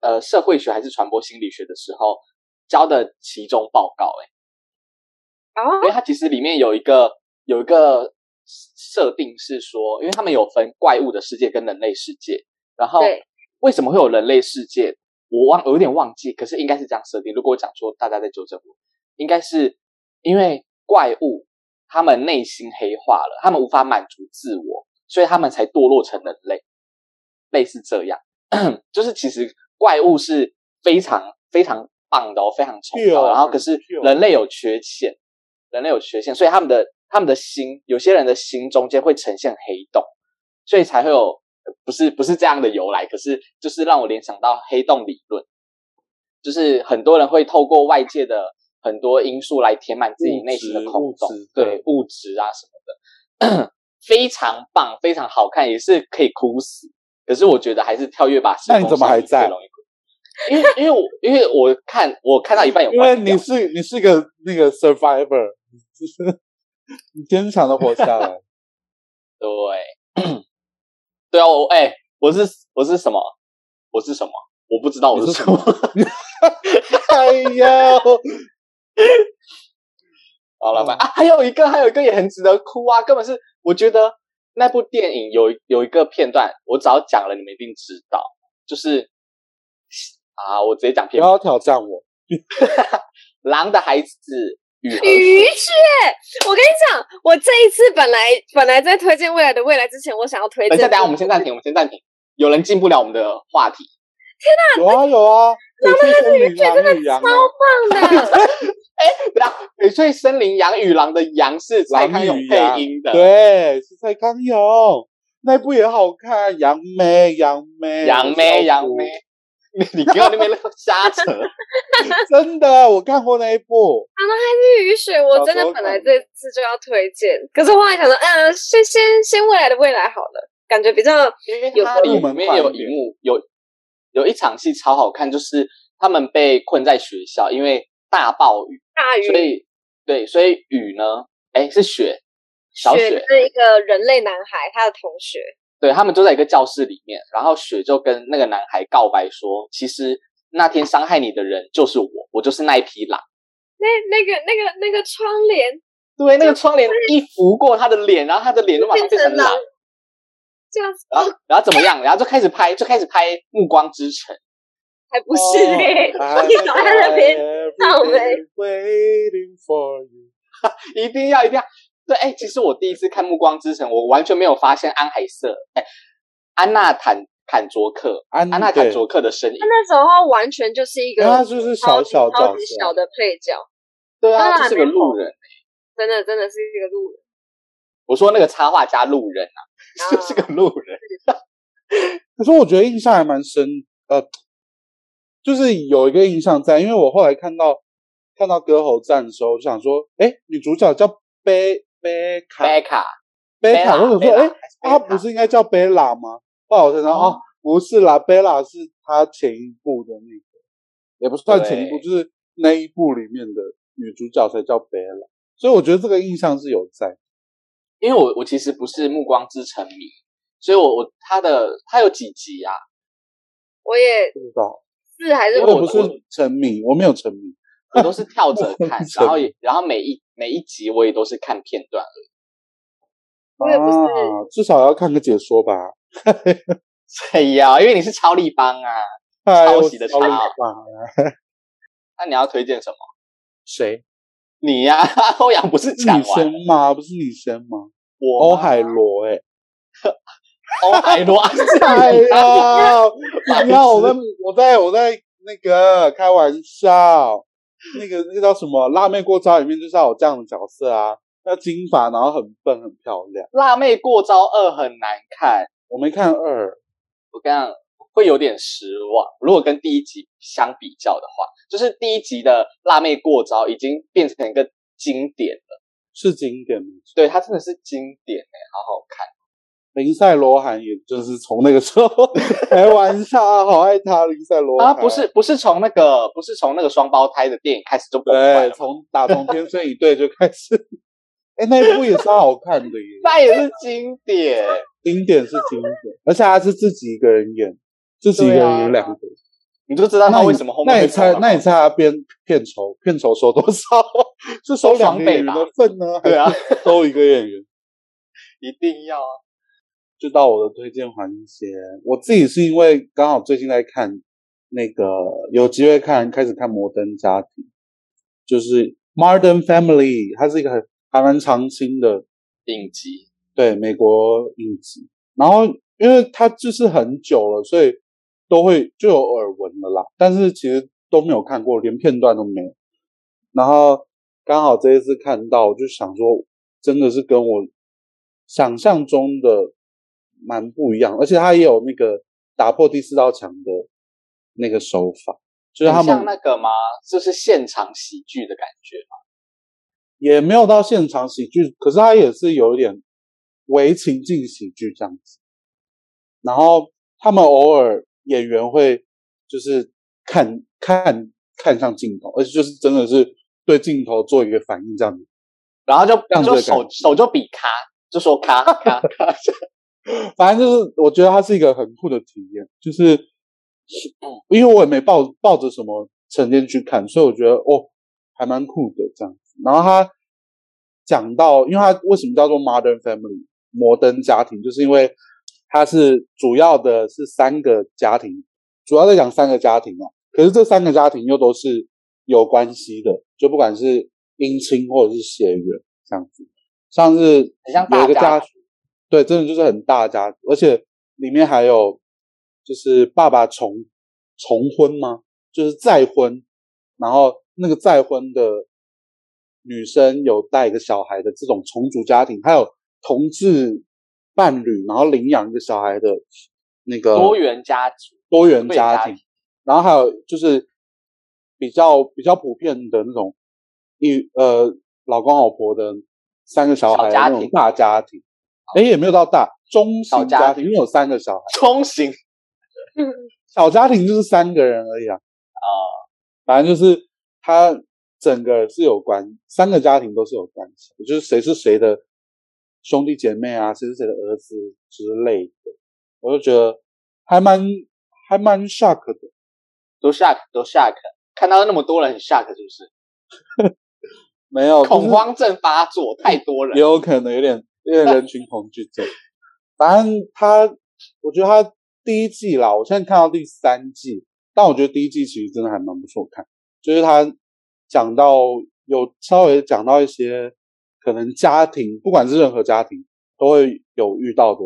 Speaker 2: 呃社会学还是传播心理学的时候教的期中报告、欸，
Speaker 1: 哦
Speaker 2: 因为它其实里面有一个有一个设定是说，因为他们有分怪物的世界跟人类世界，然后
Speaker 1: 对
Speaker 2: 为什么会有人类世界？我忘我有点忘记，可是应该是这样设定。如果我讲错，大家再纠正我。应该是因为怪物他们内心黑化了，他们无法满足自我，所以他们才堕落成人类，类似这样。 就是其实怪物是非常非常棒的哦，非常崇高的。
Speaker 3: Pure，
Speaker 2: 然后可是哦
Speaker 3: pure
Speaker 2: 人类有缺陷，人类有缺陷，所以他们的他们的心，有些人的心中间会呈现黑洞，所以才会有呃不是不是这样的由来，可是就是让我联想到黑洞理论，就是很多人会透过外界的很多因素来填满自己内心的空洞
Speaker 3: 物质物质，
Speaker 2: 对物质啊什么的， 非常棒，非常好看，也是可以哭死。可是我觉得还是跳跃吧，
Speaker 3: 那你怎么还在
Speaker 2: 容易哭因为因为我因为我看我看到一半有
Speaker 3: 因
Speaker 2: 关
Speaker 3: 为
Speaker 2: 掉，
Speaker 3: 你是你是个那个 survivor，就是 你坚强的活下来。
Speaker 2: 对对啊，我哎、我是我是什么？我是什么？我不知道我
Speaker 3: 你
Speaker 2: 是
Speaker 3: 是
Speaker 2: 什么。
Speaker 3: 哎呀，
Speaker 2: 好了吧、啊，还有一个，还有一个也很值得哭啊，根本是我觉得那部电影有有一个片段，我只要讲了，你们一定知道，就是啊，我直接讲
Speaker 3: 不
Speaker 2: 片段，
Speaker 3: 要挑战我，
Speaker 2: 狼的孩子 雨和
Speaker 1: 鱼雀，我跟你讲，我这一次本来本来在推荐未来的未来之前，我想要推荐，
Speaker 2: 等一下，等一下，我们先暂停，我们先暂停，有人进不了我们的话题，
Speaker 3: 有啊有啊，翡翠森林狼与羊啊，
Speaker 1: 放 的，
Speaker 2: 对啊，翡翠森林养与狼的羊是蔡康永配音的，
Speaker 3: 对，是蔡康永那部也好看，杨梅杨梅
Speaker 2: 杨妹杨妹，你你给我那边瞎扯，
Speaker 3: 真的，我看过那一部，
Speaker 1: 鱼雪，我真的本来这次就要推荐，可是我后来想说，嗯、先先先未来的未来好了，感觉比较
Speaker 2: 因为它里面有一幕有有一场戏超好看，就是他们被困在学校，因为大暴雨，
Speaker 1: 大于
Speaker 2: 所以对，所以雨呢，哎是雪，小雪，
Speaker 1: 雪是一个人类男孩，他的同学，
Speaker 2: 对他们就在一个教室里面，然后雪就跟那个男孩告白说，其实那天伤害你的人就是我，我就是那一匹狼。
Speaker 1: 那那个那个那个窗帘
Speaker 2: 对，那个窗帘一拂过他的脸，然后他的脸就马上
Speaker 1: 变
Speaker 2: 变成
Speaker 1: 成
Speaker 2: 狼
Speaker 1: 狼。，这样子、
Speaker 2: 然后
Speaker 1: 哦，
Speaker 2: 然后怎么样？然后就开始拍，就开始拍《暮光之城》。
Speaker 1: 还不是嘞、
Speaker 3: 哦
Speaker 1: 你搞
Speaker 2: 哎
Speaker 1: 在那边
Speaker 3: Every
Speaker 1: 倒霉
Speaker 3: day，waiting for you。
Speaker 2: 一定要一定要。对，哎，其实我第一次看《暮光之城》，我完全没有发现安海瑟，哎，安娜坦坦卓克，
Speaker 3: 安
Speaker 2: 安娜
Speaker 3: 对
Speaker 2: 坦卓克的身影
Speaker 1: 他。那时候完全就是一个
Speaker 3: 然后他就是小小角色
Speaker 1: 超级小的配角，
Speaker 2: 对
Speaker 1: 安娜
Speaker 2: 啊，
Speaker 1: 坦
Speaker 2: 就是个路人。
Speaker 1: 真的真的是一个路人。
Speaker 2: 我说那个插画家路人啊，
Speaker 1: 啊
Speaker 2: 就是个路人。
Speaker 3: 可是我觉得印象还蛮深，呃，就是有一个印象在，因为我后来看到看到歌喉战的时候，我想说，哎，女主角叫贝贝卡
Speaker 2: 贝卡，
Speaker 3: 贝卡，
Speaker 2: Bella，
Speaker 3: 我想说，
Speaker 2: Bella，
Speaker 3: 哎，她不是应该叫贝拉吗？后来我才想，
Speaker 2: 哦
Speaker 3: 哦，不是啦，贝拉是她前一部的那个，也不算前一部，
Speaker 2: 对
Speaker 3: 就是那一部里面的女主角才叫贝拉，所以我觉得这个印象是有在。
Speaker 2: 因为我我其实不是《暮光之城》迷，所以我我他的他有几集啊？
Speaker 1: 我也
Speaker 3: 不知道，
Speaker 1: 是还是
Speaker 2: 因
Speaker 3: 因
Speaker 2: 为
Speaker 3: 为
Speaker 2: 我
Speaker 3: 我不是沉迷，我没有沉迷。
Speaker 2: 我都是跳着看，
Speaker 3: 城
Speaker 2: 然后也然后每一每一集我也都是看片段。
Speaker 1: 我也不是
Speaker 3: 啊，至少要看个解说吧。
Speaker 2: 对哎呀、因为你是超立方啊，
Speaker 3: 哎，
Speaker 2: 抄袭的
Speaker 3: 我啊
Speaker 2: 抄
Speaker 3: 了吧？
Speaker 2: 那你要推荐什么？
Speaker 3: 谁？
Speaker 2: 你呀、 欧阳不是
Speaker 3: 是
Speaker 2: 讲
Speaker 3: 你
Speaker 2: 完
Speaker 3: 先吗？不是你先吗？
Speaker 2: 我
Speaker 3: 欧
Speaker 2: 吗
Speaker 3: 海罗，哎，
Speaker 2: 欧海罗，
Speaker 3: 哎呀，
Speaker 2: 白痴
Speaker 3: 你看我在我在我在那个开玩笑，那个那个叫什么《辣妹过招》里面就是要有这样的角色啊，要金发，然后很笨，很漂亮。
Speaker 2: 辣妹过招二很难看，
Speaker 3: 我没看二，
Speaker 2: 我跟你讲会有点失望。如果跟第一集相比较的话，就是第一集的辣妹过招已经变成一个经典了，
Speaker 3: 是经典没错。
Speaker 2: 对，它真的是经典哎、好好看。
Speaker 3: 林赛罗韩也就是从那个时候 开玩笑啊，好爱他林赛罗
Speaker 2: 啊，
Speaker 3: 韩。
Speaker 2: 不是不是从那个不是从那个双胞胎的电影开始就崩坏
Speaker 3: 对，
Speaker 2: 了，
Speaker 3: 从打从天生一对就开始。 哎、那一部也是好看的耶，
Speaker 2: 那也是经典。
Speaker 3: 经典是经典，而且他是自己一个人演，自己一个人演两个，
Speaker 5: 你就知道
Speaker 3: 那
Speaker 5: 他
Speaker 3: 你
Speaker 5: 啊为什么后面
Speaker 3: 那
Speaker 5: 会
Speaker 3: 你
Speaker 5: 走了
Speaker 3: 猜，
Speaker 5: 吗
Speaker 3: 那你猜他片片酬片酬收多少？ 是收两个演员的份呢，还
Speaker 5: 对啊
Speaker 3: 是，收一个演员？
Speaker 5: 一定要啊。
Speaker 3: 就到我的推荐环节。我自己是因为刚好最近在看那个有机会看开始看《摩登家庭》，就是《Modern Family》，它是一个很还蛮常青的
Speaker 5: 顶级
Speaker 3: 对美国影集。然后因为它就是很久了，所以都会就有耳闻了啦，但是其实都没有看过，连片段都没有。然后刚好这一次看到，我就想说，真的是跟我想象中的蛮不一样，而且它也有那个打破第四道墙的那个手法，就是他
Speaker 2: 很像
Speaker 3: 们
Speaker 2: 那个吗？就是现场喜剧的感觉吗？
Speaker 3: 也没有到现场喜剧，可是它也是有一点为情境喜剧这样子。然后他们偶尔演员会就是看看看向镜头，而且就是真的是对镜头做一个反应这样子。
Speaker 2: 然后就
Speaker 3: 这样子的
Speaker 2: 就
Speaker 3: 感
Speaker 2: 手手就比咔，就说 咔咔咔，
Speaker 3: 反正就是我觉得它是一个很酷的体验，就是因为我也没抱抱着什么成见去看，所以我觉得哦还蛮酷的这样子。然后他讲到，因为他为什么叫做 Modern Family 摩登家庭，就是因为它是主要的是三个家庭，主要在讲三个家庭哦、可是这三个家庭又都是有关系的，就不管是姻亲或者是血缘这样子，像是
Speaker 2: 很像
Speaker 3: 有
Speaker 2: 大
Speaker 3: 一个
Speaker 2: 家
Speaker 3: 家族，对，真的就是很大家族，而且里面还有就是爸爸重重婚吗？就是再婚，然后那个再婚的女生有带一个小孩的这种重组家庭，还有同志伴侣，然后领养一个小孩的那个
Speaker 2: 多元家族，
Speaker 3: 呃多元
Speaker 2: 多元
Speaker 3: 家
Speaker 2: 家
Speaker 3: 庭
Speaker 2: 庭，
Speaker 3: 然后还有就是比较比较普遍的那种一呃老公老婆的三个小孩的
Speaker 2: 小家
Speaker 3: 那
Speaker 2: 庭
Speaker 3: 种大家庭，哎也没有到大中型
Speaker 2: 小家
Speaker 3: 家
Speaker 2: 庭
Speaker 3: 庭，因为有三个小孩，
Speaker 2: 中型
Speaker 3: 小家庭就是三个人而已啊，
Speaker 2: 啊，
Speaker 3: 反正就是它整个是有关，三个家庭都是有关系，就是谁是谁的兄弟姐妹啊，谁是谁的儿子之类的，我就觉得还蛮还蛮 shock 的。
Speaker 2: 都 shock 都 shock，看到那么多人很 shock 是不是？
Speaker 3: 没有
Speaker 2: 恐，
Speaker 3: 哦就
Speaker 2: 慌症发作，太多
Speaker 3: 是
Speaker 2: 人，
Speaker 3: 也有可能有点有点人群恐惧症。 反正他，我觉得他第一季啦，我现在看到第三季，但我觉得第一季其实真的还蛮不错看，就是他讲到有稍微讲到一些可能家庭，不管是任何家庭都会有遇到的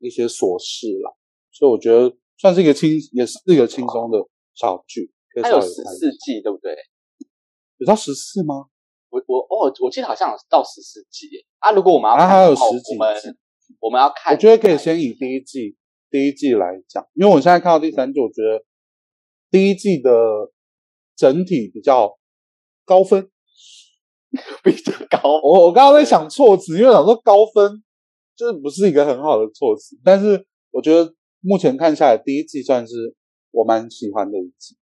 Speaker 3: 一些琐事啦，所以我觉得算是一个轻，也是一个轻松的小剧，可以
Speaker 2: 它
Speaker 3: 稍
Speaker 2: 有
Speaker 3: 微
Speaker 2: 十
Speaker 3: 看。
Speaker 2: 四季对不对？
Speaker 3: 有到十四吗？
Speaker 2: 我我哦，我记得好像有到十四季耶啊。如果我们要
Speaker 3: 啊
Speaker 2: 看
Speaker 3: 还有
Speaker 2: 的话
Speaker 3: 十几
Speaker 2: 我们
Speaker 3: 季
Speaker 2: 我们要看，
Speaker 3: 我觉得可以先以第一季第一季来讲，因为我现在看到第三季，我觉得第一季的整体比较高分。
Speaker 2: 比较高
Speaker 3: 我我刚刚在想措辞，因为想说高分就是不是一个很好的措辞，但是我觉得目前看下来，第一季算是我蛮喜欢的一季。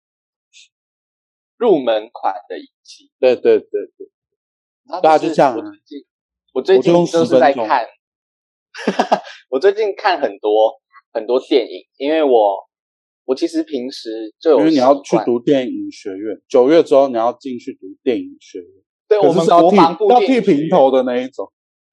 Speaker 2: 入门款的一季。
Speaker 3: 对对对对，大家就这样啊
Speaker 2: 我最近我最近
Speaker 3: 我就用
Speaker 2: 就
Speaker 3: 10
Speaker 2: 是在
Speaker 3: 分钟
Speaker 2: 看， 我最近看很多很多电影，因为我我其实平时就有
Speaker 3: 因为你要
Speaker 2: 习
Speaker 3: 去
Speaker 2: 惯，
Speaker 3: 读电影学院，九月之后你要进去读电影学院，
Speaker 2: 对我
Speaker 3: 可是
Speaker 2: 们
Speaker 3: 是要
Speaker 2: 国
Speaker 3: 剃
Speaker 2: 防部
Speaker 3: 要
Speaker 2: 电
Speaker 3: 剃
Speaker 2: 影学
Speaker 3: 平
Speaker 2: 院，
Speaker 3: 头的那一种，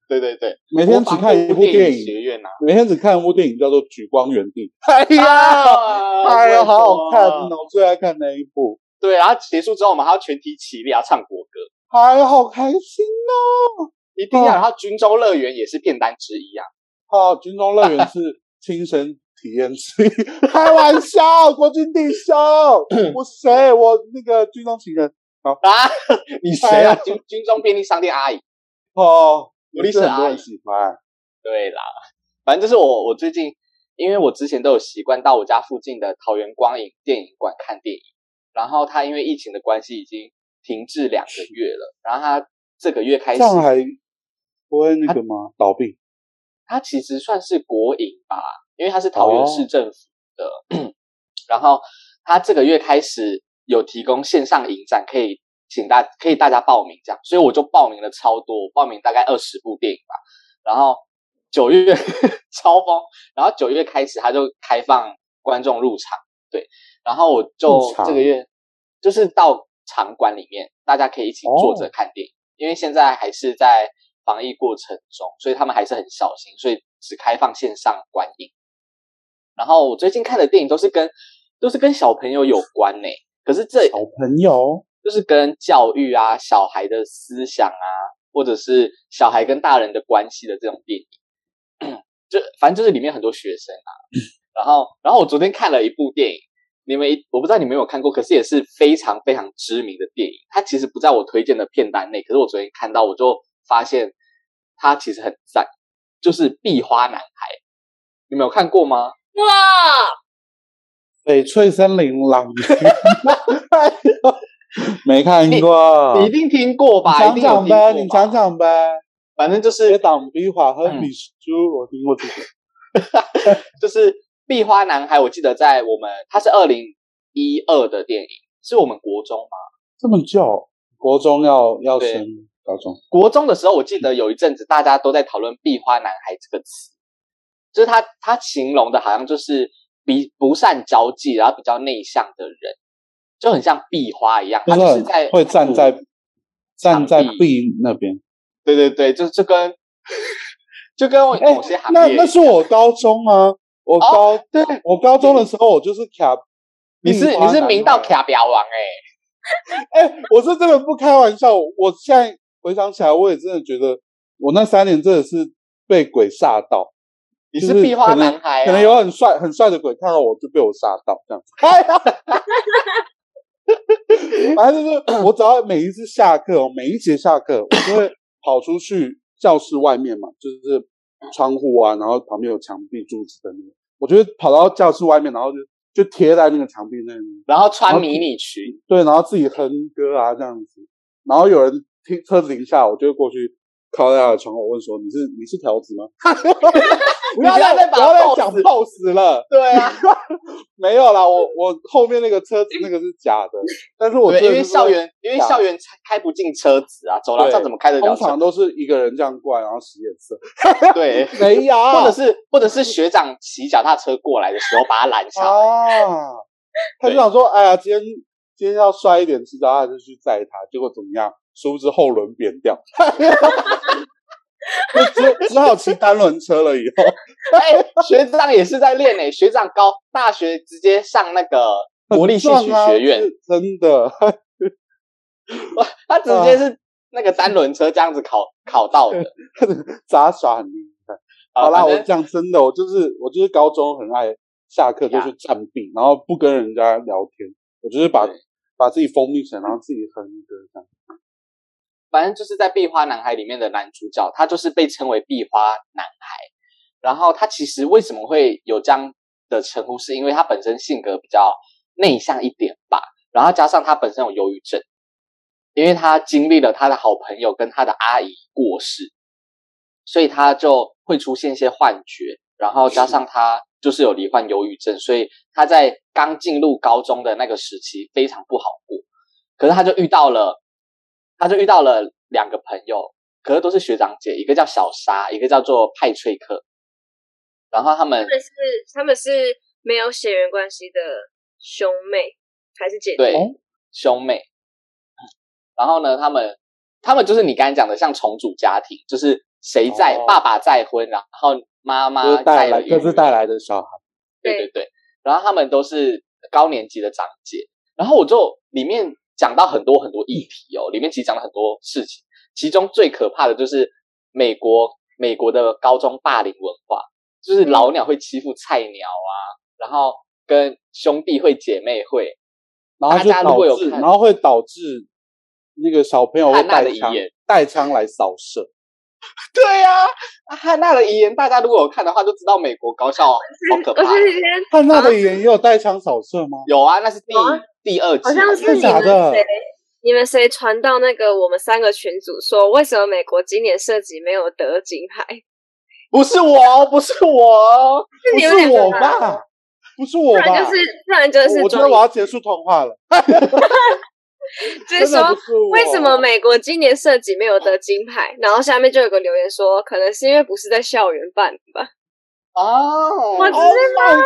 Speaker 2: 对对对，
Speaker 3: 每天
Speaker 2: 国
Speaker 3: 只
Speaker 2: 防
Speaker 3: 看一部
Speaker 2: 电
Speaker 3: 电
Speaker 2: 影
Speaker 3: 影
Speaker 2: 学院啊，
Speaker 3: 每天只看一部电影叫做《举光原地》，
Speaker 2: 哎呀
Speaker 3: 哎呀，好好看哦！！我最爱看那一部，
Speaker 2: 对，然后结束之后我们还要全体起立啊，唱国歌，
Speaker 3: 哎，好开心哦！
Speaker 2: 一定要。
Speaker 3: 哦
Speaker 2: 然后军州乐园也是片单之一啊，
Speaker 3: 好，军中乐园是亲身体验之一，开玩笑，国军弟兄， 我谁？我那个军中情人
Speaker 2: 啊，你谁
Speaker 3: 哎
Speaker 2: 啊？
Speaker 3: 呀
Speaker 2: 军军中便利商店阿姨。
Speaker 3: 哦，
Speaker 2: 我历
Speaker 3: 也
Speaker 2: 史
Speaker 3: 是很多
Speaker 2: 阿
Speaker 3: 人
Speaker 2: 姨
Speaker 3: 喜欢。
Speaker 2: 对啦，反正就是我我最近，因为我之前都有习惯到我家附近的桃园光影电影馆看电影，然后它因为疫情的关系已经停滞两个月了，然后它这个月开啊
Speaker 3: 这
Speaker 2: 始，
Speaker 3: 样还不会那个吗？倒闭？
Speaker 2: 它其实算是国营吧，因为它是桃园市政府的，然后它这个月开始有提供线上影展，可以请大可以大家报名这样，所以我就报名了超多，我报名大概二十部电影吧，然后 九月超疯，然后九月开始它就开放观众入场，对，然后我就
Speaker 3: 这么长
Speaker 2: 这个月就是到场馆里面，大家可以一起坐
Speaker 3: 哦
Speaker 2: 着看电影，因为现在还是在防疫过程中，所以他们还是很小心，所以只开放线上观影。然后我最近看的电影都是跟都是跟小朋友有关呢、可是这
Speaker 3: 小朋友
Speaker 2: 就是跟教育啊、小孩的思想啊，或者是小孩跟大人的关系的这种电影，就反正就是里面很多学生啊。然后，然后我昨天看了一部电影，你们一我不知道你们有没有看过，可是也是非常非常知名的电影。它其实不在我推荐的片单内，可是我昨天看到，我就发现它其实很赞，就是《壁花男孩》，你们有看过吗？
Speaker 1: 哇，
Speaker 3: 翡翠森林狼， 哎没看过。
Speaker 2: 你一定听过吧？
Speaker 3: 讲
Speaker 2: 一定有
Speaker 3: 讲
Speaker 2: 听过吧
Speaker 3: 呃呗，你讲，讲呗。
Speaker 2: 反正就是嗯
Speaker 3: 别挡逼话和你书，我听过这个。
Speaker 2: 就是《壁花男孩》，我记得在我们它是二零一二的电影，是我们国中嘛？
Speaker 3: 这么久，国中要要
Speaker 2: 对
Speaker 3: 升高中，
Speaker 2: 国中的时候，我记得有一阵子大家都在讨论“壁花男孩”这个词，就是他他形容的好像就是比不善交际，然后比较内向的人，就很像壁花一样，
Speaker 3: 就
Speaker 2: 他
Speaker 3: 是
Speaker 2: 就是
Speaker 3: 很
Speaker 2: 在
Speaker 3: 会站在站在
Speaker 2: 场地
Speaker 3: 壁那边。
Speaker 2: 对对对，就就跟就跟
Speaker 3: 哎
Speaker 2: 某些行
Speaker 3: 那
Speaker 2: 业一
Speaker 3: 那
Speaker 2: 样，
Speaker 3: 是我高中啊，我高
Speaker 2: 哦对，
Speaker 3: 我高中的时候，我就是卡。
Speaker 2: 你是你是明道？卡表王哎、
Speaker 3: 哎、我是真的不开玩笑，我现在回想起来，我也真的觉得我那三年真的是被鬼吓到。
Speaker 2: 你
Speaker 3: 就是
Speaker 2: 壁花
Speaker 3: 可能
Speaker 2: 男孩、啊
Speaker 3: 可能有很帅很帅的鬼看到我就被我吓到这样子。 哎呀反正就是我只要每一次下课，哦每一节下课，我就会跑出去教室外面嘛，就是窗户啊，然后旁边有墙壁柱子的那个，我就会跑到教室外面，然后就就贴在那个墙壁那里，
Speaker 2: 然后穿迷你裙，
Speaker 3: 对，然后自己哼歌啊这样子，然后有人听车子停下来，我就会过去靠在他的窗口问说：“你是你是条子吗？” 不
Speaker 2: 要再把
Speaker 3: 不要再
Speaker 2: pose
Speaker 3: 讲 pose 了。
Speaker 2: 对 啊，
Speaker 3: 没有啦，我我后面那个车子那个是假 的，但是我
Speaker 2: 对，
Speaker 3: 真
Speaker 2: 因
Speaker 3: 的
Speaker 2: 为
Speaker 3: 是
Speaker 2: 校园，因为
Speaker 3: 假
Speaker 2: 校园开开不进车子啊，走廊上
Speaker 3: 对
Speaker 2: 怎么开得了
Speaker 3: 通
Speaker 2: 车
Speaker 3: 常？都是一个人这样过来，然后使眼色，
Speaker 2: 对，
Speaker 3: 没有，
Speaker 2: 或者是或者是学长骑脚踏车过来的时候把他拦下来，
Speaker 3: 啊，他
Speaker 2: 对
Speaker 3: 就想说，哎呀，今天今天要摔一点，骑脚踏车去载他，结果怎么样？殊不知后轮扁掉， 就只只好骑单轮车了。以后
Speaker 2: 哎、学长也是在练诶、学长高大学直接上那个国立戏曲学院，
Speaker 3: 撞啊 真的，
Speaker 2: 他直接是那个单轮车这样子 考考到的。呃
Speaker 3: 杂耍很厉害。好啦，
Speaker 2: 反
Speaker 3: 我
Speaker 2: 正
Speaker 3: 讲真的，我就是我就是高中很爱下课就去占地，然后不跟人家聊天，我就是把
Speaker 2: 对
Speaker 3: 把自己封闭起来，然后自己哼歌这样。
Speaker 2: 反正就是在《壁花男孩》里面的男主角，他就是被称为壁花男孩。然后他其实为什么会有这样的称呼，是因为他本身性格比较内向一点吧，然后加上他本身有忧郁症，因为他经历了他的好朋友跟他的阿姨过世，所以他就会出现一些幻觉，然后加上他就是有罹患忧郁症，所以他在刚进入高中的那个时期非常不好过。可是他就遇到了，他就遇到了两个朋友，可是都是学长姐，一个叫小莎，一个叫做派翠克。然后他们
Speaker 1: 他们是他们是没有血缘关系的兄妹还是姐
Speaker 2: 对
Speaker 1: 弟？
Speaker 3: 哦
Speaker 2: 兄妹，嗯然后呢，他们他们就是你刚才讲的，像重组家庭，就是谁在、
Speaker 3: 哦
Speaker 2: 爸爸再婚，然后妈
Speaker 3: 就
Speaker 2: 妈啊
Speaker 3: 是带
Speaker 2: 带
Speaker 3: 来
Speaker 2: 了
Speaker 3: 各自
Speaker 2: 育
Speaker 3: 带来的小孩，
Speaker 2: 对对对，然后他们都是高年级的长姐，然后我就里面讲到很多很多议题 哦，里面其实讲了很多事情，其中最可怕的就是美国美国的高中霸凌文化，
Speaker 3: 嗯
Speaker 2: 就是老鸟会欺负菜鸟啊，然后跟兄弟会姐妹会，
Speaker 3: 然后就
Speaker 2: 大家如果有
Speaker 3: 导致，
Speaker 2: 看
Speaker 3: 然后会导致那个小朋友会
Speaker 2: 汉娜的
Speaker 3: 带
Speaker 2: 遗
Speaker 3: 枪
Speaker 2: 言啊
Speaker 3: 带枪来扫射。
Speaker 2: 对呀、啊，汉娜的遗言大家如果有看的话就知道美国高校好可
Speaker 1: 我
Speaker 2: 怕，
Speaker 1: 前几天
Speaker 3: 汉娜的眼也有带枪扫射吗？
Speaker 2: 有啊，那是第
Speaker 1: 有啊
Speaker 2: 第二集
Speaker 1: 好像
Speaker 2: 还
Speaker 1: 是
Speaker 2: 第
Speaker 1: 你
Speaker 3: 真的假
Speaker 1: 们
Speaker 3: 的
Speaker 1: 谁你们谁传到那个我们三个群组说，为什么美国今年射击没有得金牌？
Speaker 2: 不是我哦，不是我哦，
Speaker 1: 是
Speaker 3: 不
Speaker 1: 你们
Speaker 3: 是
Speaker 1: 两
Speaker 3: 我
Speaker 1: 个吧？
Speaker 3: 吧？不是
Speaker 1: 不
Speaker 3: 我吧？
Speaker 1: 然就是不然就是
Speaker 3: 我我觉得
Speaker 1: 庄
Speaker 3: 我要结束通话了。
Speaker 1: 就是
Speaker 3: 真的
Speaker 1: 说
Speaker 3: 不是我
Speaker 1: 为什么美国今年射击没有得金牌？然后下面就有个留言说，可能是因为不是在校园办吧。我
Speaker 2: 哦
Speaker 3: ？Oh my god！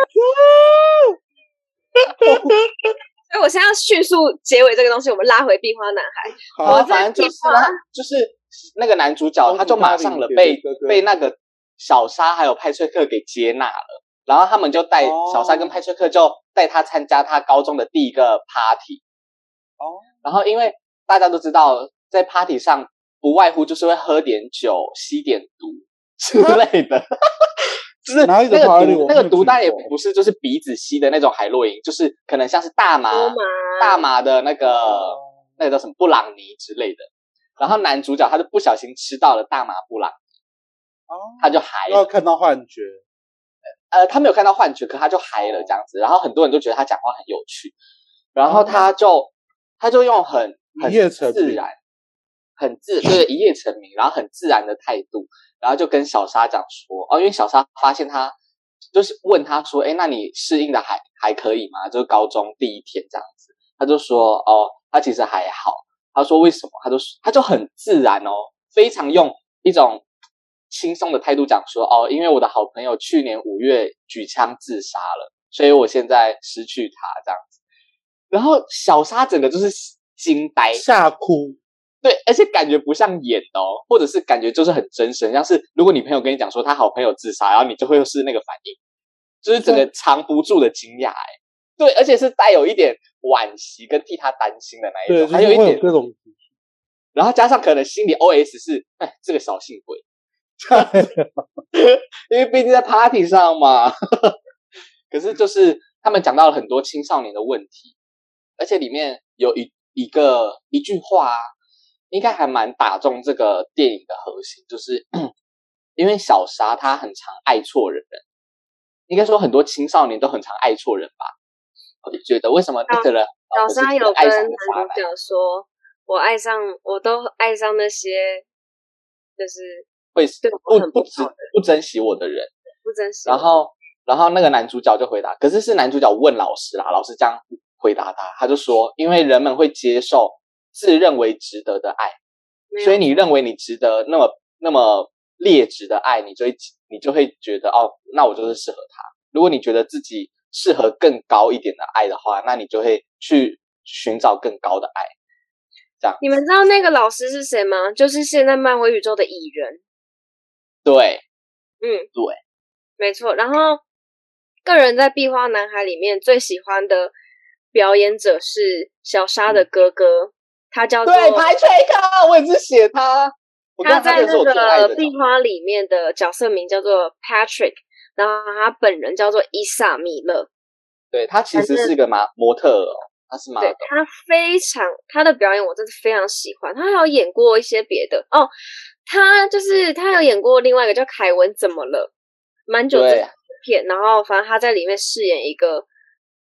Speaker 1: 所以我现在要迅速结尾这个东西，我们拉回壁花男孩。
Speaker 3: 好
Speaker 1: 我
Speaker 2: 啊，
Speaker 1: 在
Speaker 2: 反正就是
Speaker 1: 听话
Speaker 2: 他就是那个男主角，
Speaker 3: 哦
Speaker 2: 他就马上了
Speaker 3: 你
Speaker 2: 被
Speaker 3: 这个
Speaker 2: 被那个小沙还有派翠克给接纳了，然后他们就带、
Speaker 3: 哦
Speaker 2: 小沙跟派翠克就带他参加他高中的第一个 party。
Speaker 3: 哦，
Speaker 2: 然后因为大家都知道，在 party 上不外乎就是会喝点酒、吸点毒 之类的。就是
Speaker 3: 哪
Speaker 2: 那
Speaker 3: 里的
Speaker 2: 个
Speaker 3: party
Speaker 2: 毒
Speaker 3: 我，没
Speaker 2: 那
Speaker 3: 有
Speaker 2: 个毒
Speaker 3: 去
Speaker 2: 当然也
Speaker 3: 过
Speaker 2: 不是就是鼻子吸的那种海洛因，就是可能像是大麻、
Speaker 1: 多吗？
Speaker 2: 大麻的那个、
Speaker 3: 哦
Speaker 2: 那个叫什么布朗尼之类的。然后男主角他就不小心吃到了大麻布朗，
Speaker 3: 哦
Speaker 2: 他就嗨
Speaker 3: 要
Speaker 2: 了。
Speaker 3: 看到幻觉，
Speaker 2: 呃，他没有看到幻觉，可他就嗨了这样子。然后很多人都觉得他讲话很有趣，然后他就他就用很很
Speaker 3: 哦一夜成名
Speaker 2: 自然、很自就是一夜成名，然后很自然的态度，然后就跟小沙讲说，哦，因为小沙发现他就是问他说，哎，那你适应的还还可以吗？就是高中第一天这样子，他就说，哦，他其实还好。他说为什么？他就他就很自然哦，非常用一种轻松的态度讲说，哦，因为我的好朋友去年五月举枪自杀了，所以我现在失去他这样子。然后小沙整个就是惊呆，
Speaker 3: 吓哭，
Speaker 2: 对，而且感觉不像演的哦，或者是感觉就是很真实，像是如果你朋友跟你讲说他好朋友自杀，然后你就会是那个反应，就是整个藏不住的惊讶，哎，对，而且是带有一点惋惜跟替他担心的那一
Speaker 3: 对，
Speaker 2: 种，
Speaker 3: 就是
Speaker 2: 还有一
Speaker 3: 会
Speaker 2: 点
Speaker 3: 有各 种
Speaker 2: 然后加上可能心里 OS 是，哎，这个小性鬼，因为毕竟在 party 上嘛。 可是就是他们讲到了很多青少年的问题，而且里面有一一个一句话、啊，应该还蛮打中这个电影的核心，就是 因为小沙他很常爱错人，应该说很多青少年都很常爱错人吧。我就觉得为什么那个人
Speaker 1: 啊小沙
Speaker 2: 呃就是
Speaker 1: 有
Speaker 2: 爱
Speaker 1: 跟
Speaker 2: 上
Speaker 1: 男
Speaker 2: 了渣
Speaker 1: 主
Speaker 2: 男
Speaker 1: 角说：“我爱上，我都爱上那些，就是
Speaker 2: 会
Speaker 1: 对我很
Speaker 2: 不
Speaker 1: 不
Speaker 2: 不
Speaker 1: 好
Speaker 2: 珍
Speaker 1: 的
Speaker 2: 不珍惜我的人。
Speaker 1: 不珍惜。”
Speaker 2: 然后，然后那个男主角就回答，可是是男主角问老师啦，老师这样回答他，他就说，因为人们会接受自认为值得的爱，
Speaker 1: 没有
Speaker 2: 所以你认为你值得那么那么劣质的爱，你就会你就会觉得哦，那我就是适合他。如果你觉得自己适合更高一点的爱的话，那你就会去寻找更高的爱。
Speaker 1: 你们知道那个老师是谁吗？就是现在漫威宇宙的蚁人。
Speaker 2: 对，
Speaker 1: 嗯，对，没错。然后，个人在《壁花男孩》里面最喜欢的表演者是小沙的哥哥，他叫做
Speaker 2: 嗯对，排吹哥，啊我也是写他。我跟
Speaker 1: 他在
Speaker 2: 认识
Speaker 1: 那
Speaker 2: 我最爱
Speaker 1: 个
Speaker 2: 的
Speaker 1: 《壁花》里面的角色名叫做 Patrick，然后他本人叫做伊萨米勒。
Speaker 2: 对他其实是一个模模特儿哦，他是 model
Speaker 1: 对。他非常他的表演，我真的非常喜欢。他还有演过一些别的哦，他就是他有演过另外一个叫《凯文怎么了》，蛮久之前
Speaker 2: 对
Speaker 1: 的片，然后反正他在里面饰演一个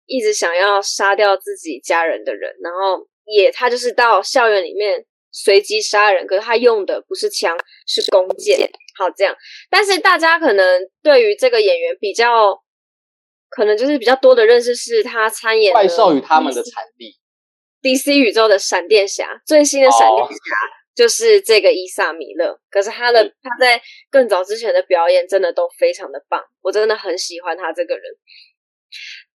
Speaker 1: 一直想要杀掉自己家人的人，然后也他就是到校园里面随机杀人，可是他用的不是枪，是弓箭。好，这样。但是大家可能对于这个演员比较，可能就是比较多的认识是他参演了
Speaker 2: 怪兽与他们的产地，
Speaker 1: DC 宇宙的闪电侠，最新的闪电侠就是这个伊萨米勒。可是他的
Speaker 2: 对
Speaker 1: 他在更早之前的表演真的都非常的棒，我真的很喜欢他这个人。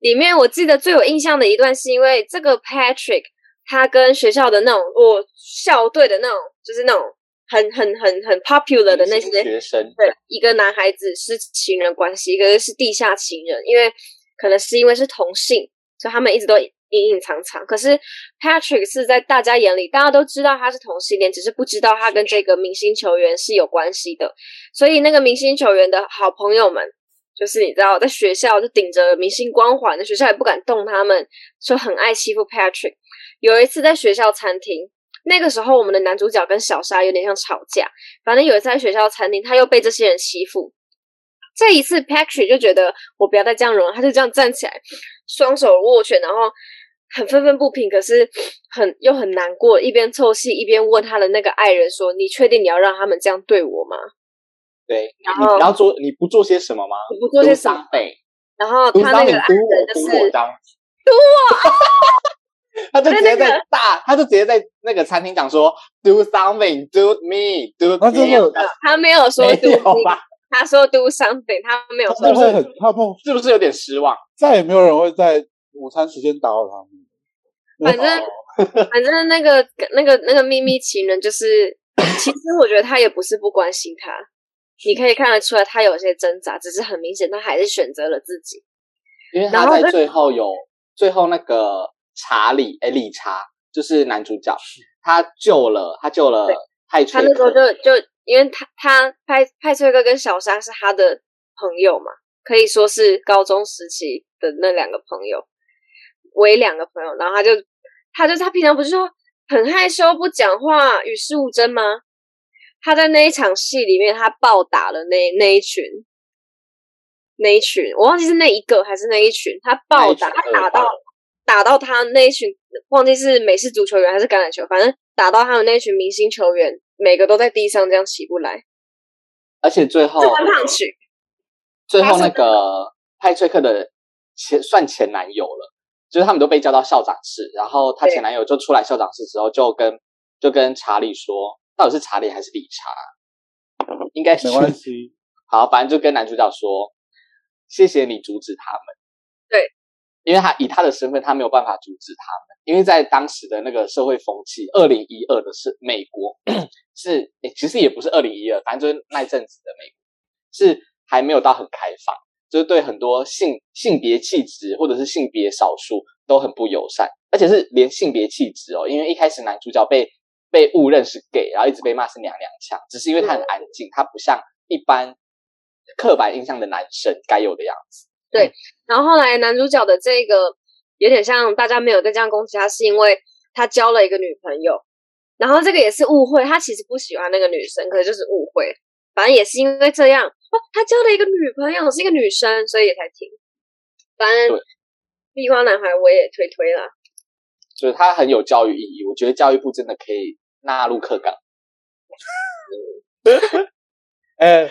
Speaker 1: 里面我记得最有印象的一段是因为这个 Patrick，他跟学校的那种我校队的那种，就是那种很很很很 popular 的那些
Speaker 2: 学生，
Speaker 1: 对，一个男孩子是情人关系，一个是地下情人，因为可能是因为是同性，所以他们一直都隐隐藏藏。可是 Patrick 是在大家眼里，大家都知道他是同性恋，只是不知道他跟这个明星球员是有关系的。所以那个明星球员的好朋友们，就是你知道，在学校就顶着明星光环，学校也不敢动他们，就很爱欺负 Patrick。有一次在学校餐厅，那个时候我们的男主角跟小沙有点像吵架，反正有一次在学校餐厅，他又被这些人欺负。这一次，Patrick 就觉得我不要再这样容忍，他就这样站起来，双手握拳，然后很愤愤不平，可是很又很难过，一边凑戏一边问他的那个爱人说：“你确定你要让他们这样对我吗？
Speaker 2: 对，
Speaker 1: 然
Speaker 2: 你
Speaker 1: 后
Speaker 2: 你要做，你不做些什么吗？
Speaker 1: 你不做些什
Speaker 2: 都
Speaker 1: 么
Speaker 2: 伤悲，？”
Speaker 1: 然后
Speaker 2: 都
Speaker 1: 他那
Speaker 2: 伤你
Speaker 1: 个爱
Speaker 2: 督
Speaker 1: 人
Speaker 2: 我，
Speaker 1: 就
Speaker 2: 督我
Speaker 1: 是
Speaker 2: 当，督我。他就直
Speaker 1: 对那
Speaker 2: 接在
Speaker 1: 个
Speaker 2: 大，他就直接在那个餐厅讲说，Do something, do me, do
Speaker 3: 他真
Speaker 2: me。
Speaker 3: 的
Speaker 1: 他没有说 do
Speaker 2: 没有啊
Speaker 1: something，
Speaker 2: 吧？
Speaker 1: 他说 do something，他没有
Speaker 3: 他
Speaker 1: 说
Speaker 3: 们会很，他们
Speaker 2: 是不是有点失望？
Speaker 3: 再也没有人会在午餐时间打扰他们。
Speaker 1: 反正反正那个那个那个秘密情人，就是其实我觉得他也不是不关心他，你可以看得出来他有些挣扎，只是很明显他还是选择了自己。
Speaker 2: 因为
Speaker 1: 然
Speaker 2: 他
Speaker 1: 后
Speaker 2: 在
Speaker 1: 那
Speaker 2: 最后有最后那个查理，哎，理查就是男主角，他救了他救了
Speaker 1: 对
Speaker 2: 派
Speaker 1: 他
Speaker 2: 翠
Speaker 1: 那时候
Speaker 2: 克，
Speaker 1: 就就因为他他派派翠克跟小沙是他的朋友嘛，可以说是高中时期的那两个朋友，为两个朋友，然后他就他就他平常不是说很害羞不讲话与世无争吗？他在那一场戏里面，他暴打了那那一群，那一群，我忘记是那一个还是那一群，他暴打，
Speaker 2: 那一
Speaker 1: 他
Speaker 2: 群
Speaker 1: 打
Speaker 2: 恶
Speaker 1: 到
Speaker 2: 霸
Speaker 1: 打到他那一群，忘记是美式足球员还是橄榄球，反正打到他们那一群明星球员，每个都在地上这样起不来，
Speaker 2: 而且最后
Speaker 1: 这么胖曲，
Speaker 2: 最
Speaker 1: 发
Speaker 2: 后
Speaker 1: 生
Speaker 2: 那个派翠克的前算前男友了，就是他们都被叫到校长室，然后她
Speaker 1: 对
Speaker 2: 前男友就出来校长室之后，就跟就跟查理说，到底是查理还是理查？应该是
Speaker 3: 没关系，
Speaker 2: 好，反正就跟男主角说，谢谢你阻止他们。
Speaker 1: 对，
Speaker 2: 因为他以他的身份，他没有办法阻止他们，因为在当时的那个社会风气，二零一二的是美国是、诶其实也不是二零一二，反正就是那一阵子的美国是还没有到很开放，就是对很多性性别气质或者是性别少数都很不友善，而且是连性别气质哦，因为一开始男主角被被误认是 gay，然后一直被骂是娘娘腔，只是因为他很安静，他不像一般刻板印象的男生该有的样子。
Speaker 1: 然后后来男主角的这个有点像大家没有再这样攻击他，是因为他交了一个女朋友，然后这个也是误会，他其实不喜欢那个女生，可是就是误会，反正也是因为这样，哦，他交了一个女朋友是一个女生，所以也才停。反正
Speaker 2: 对
Speaker 1: 壁花男孩我也推推啦，
Speaker 2: 就是它很有教育意义，我觉得教育部真的可以纳入课纲。
Speaker 3: 哎、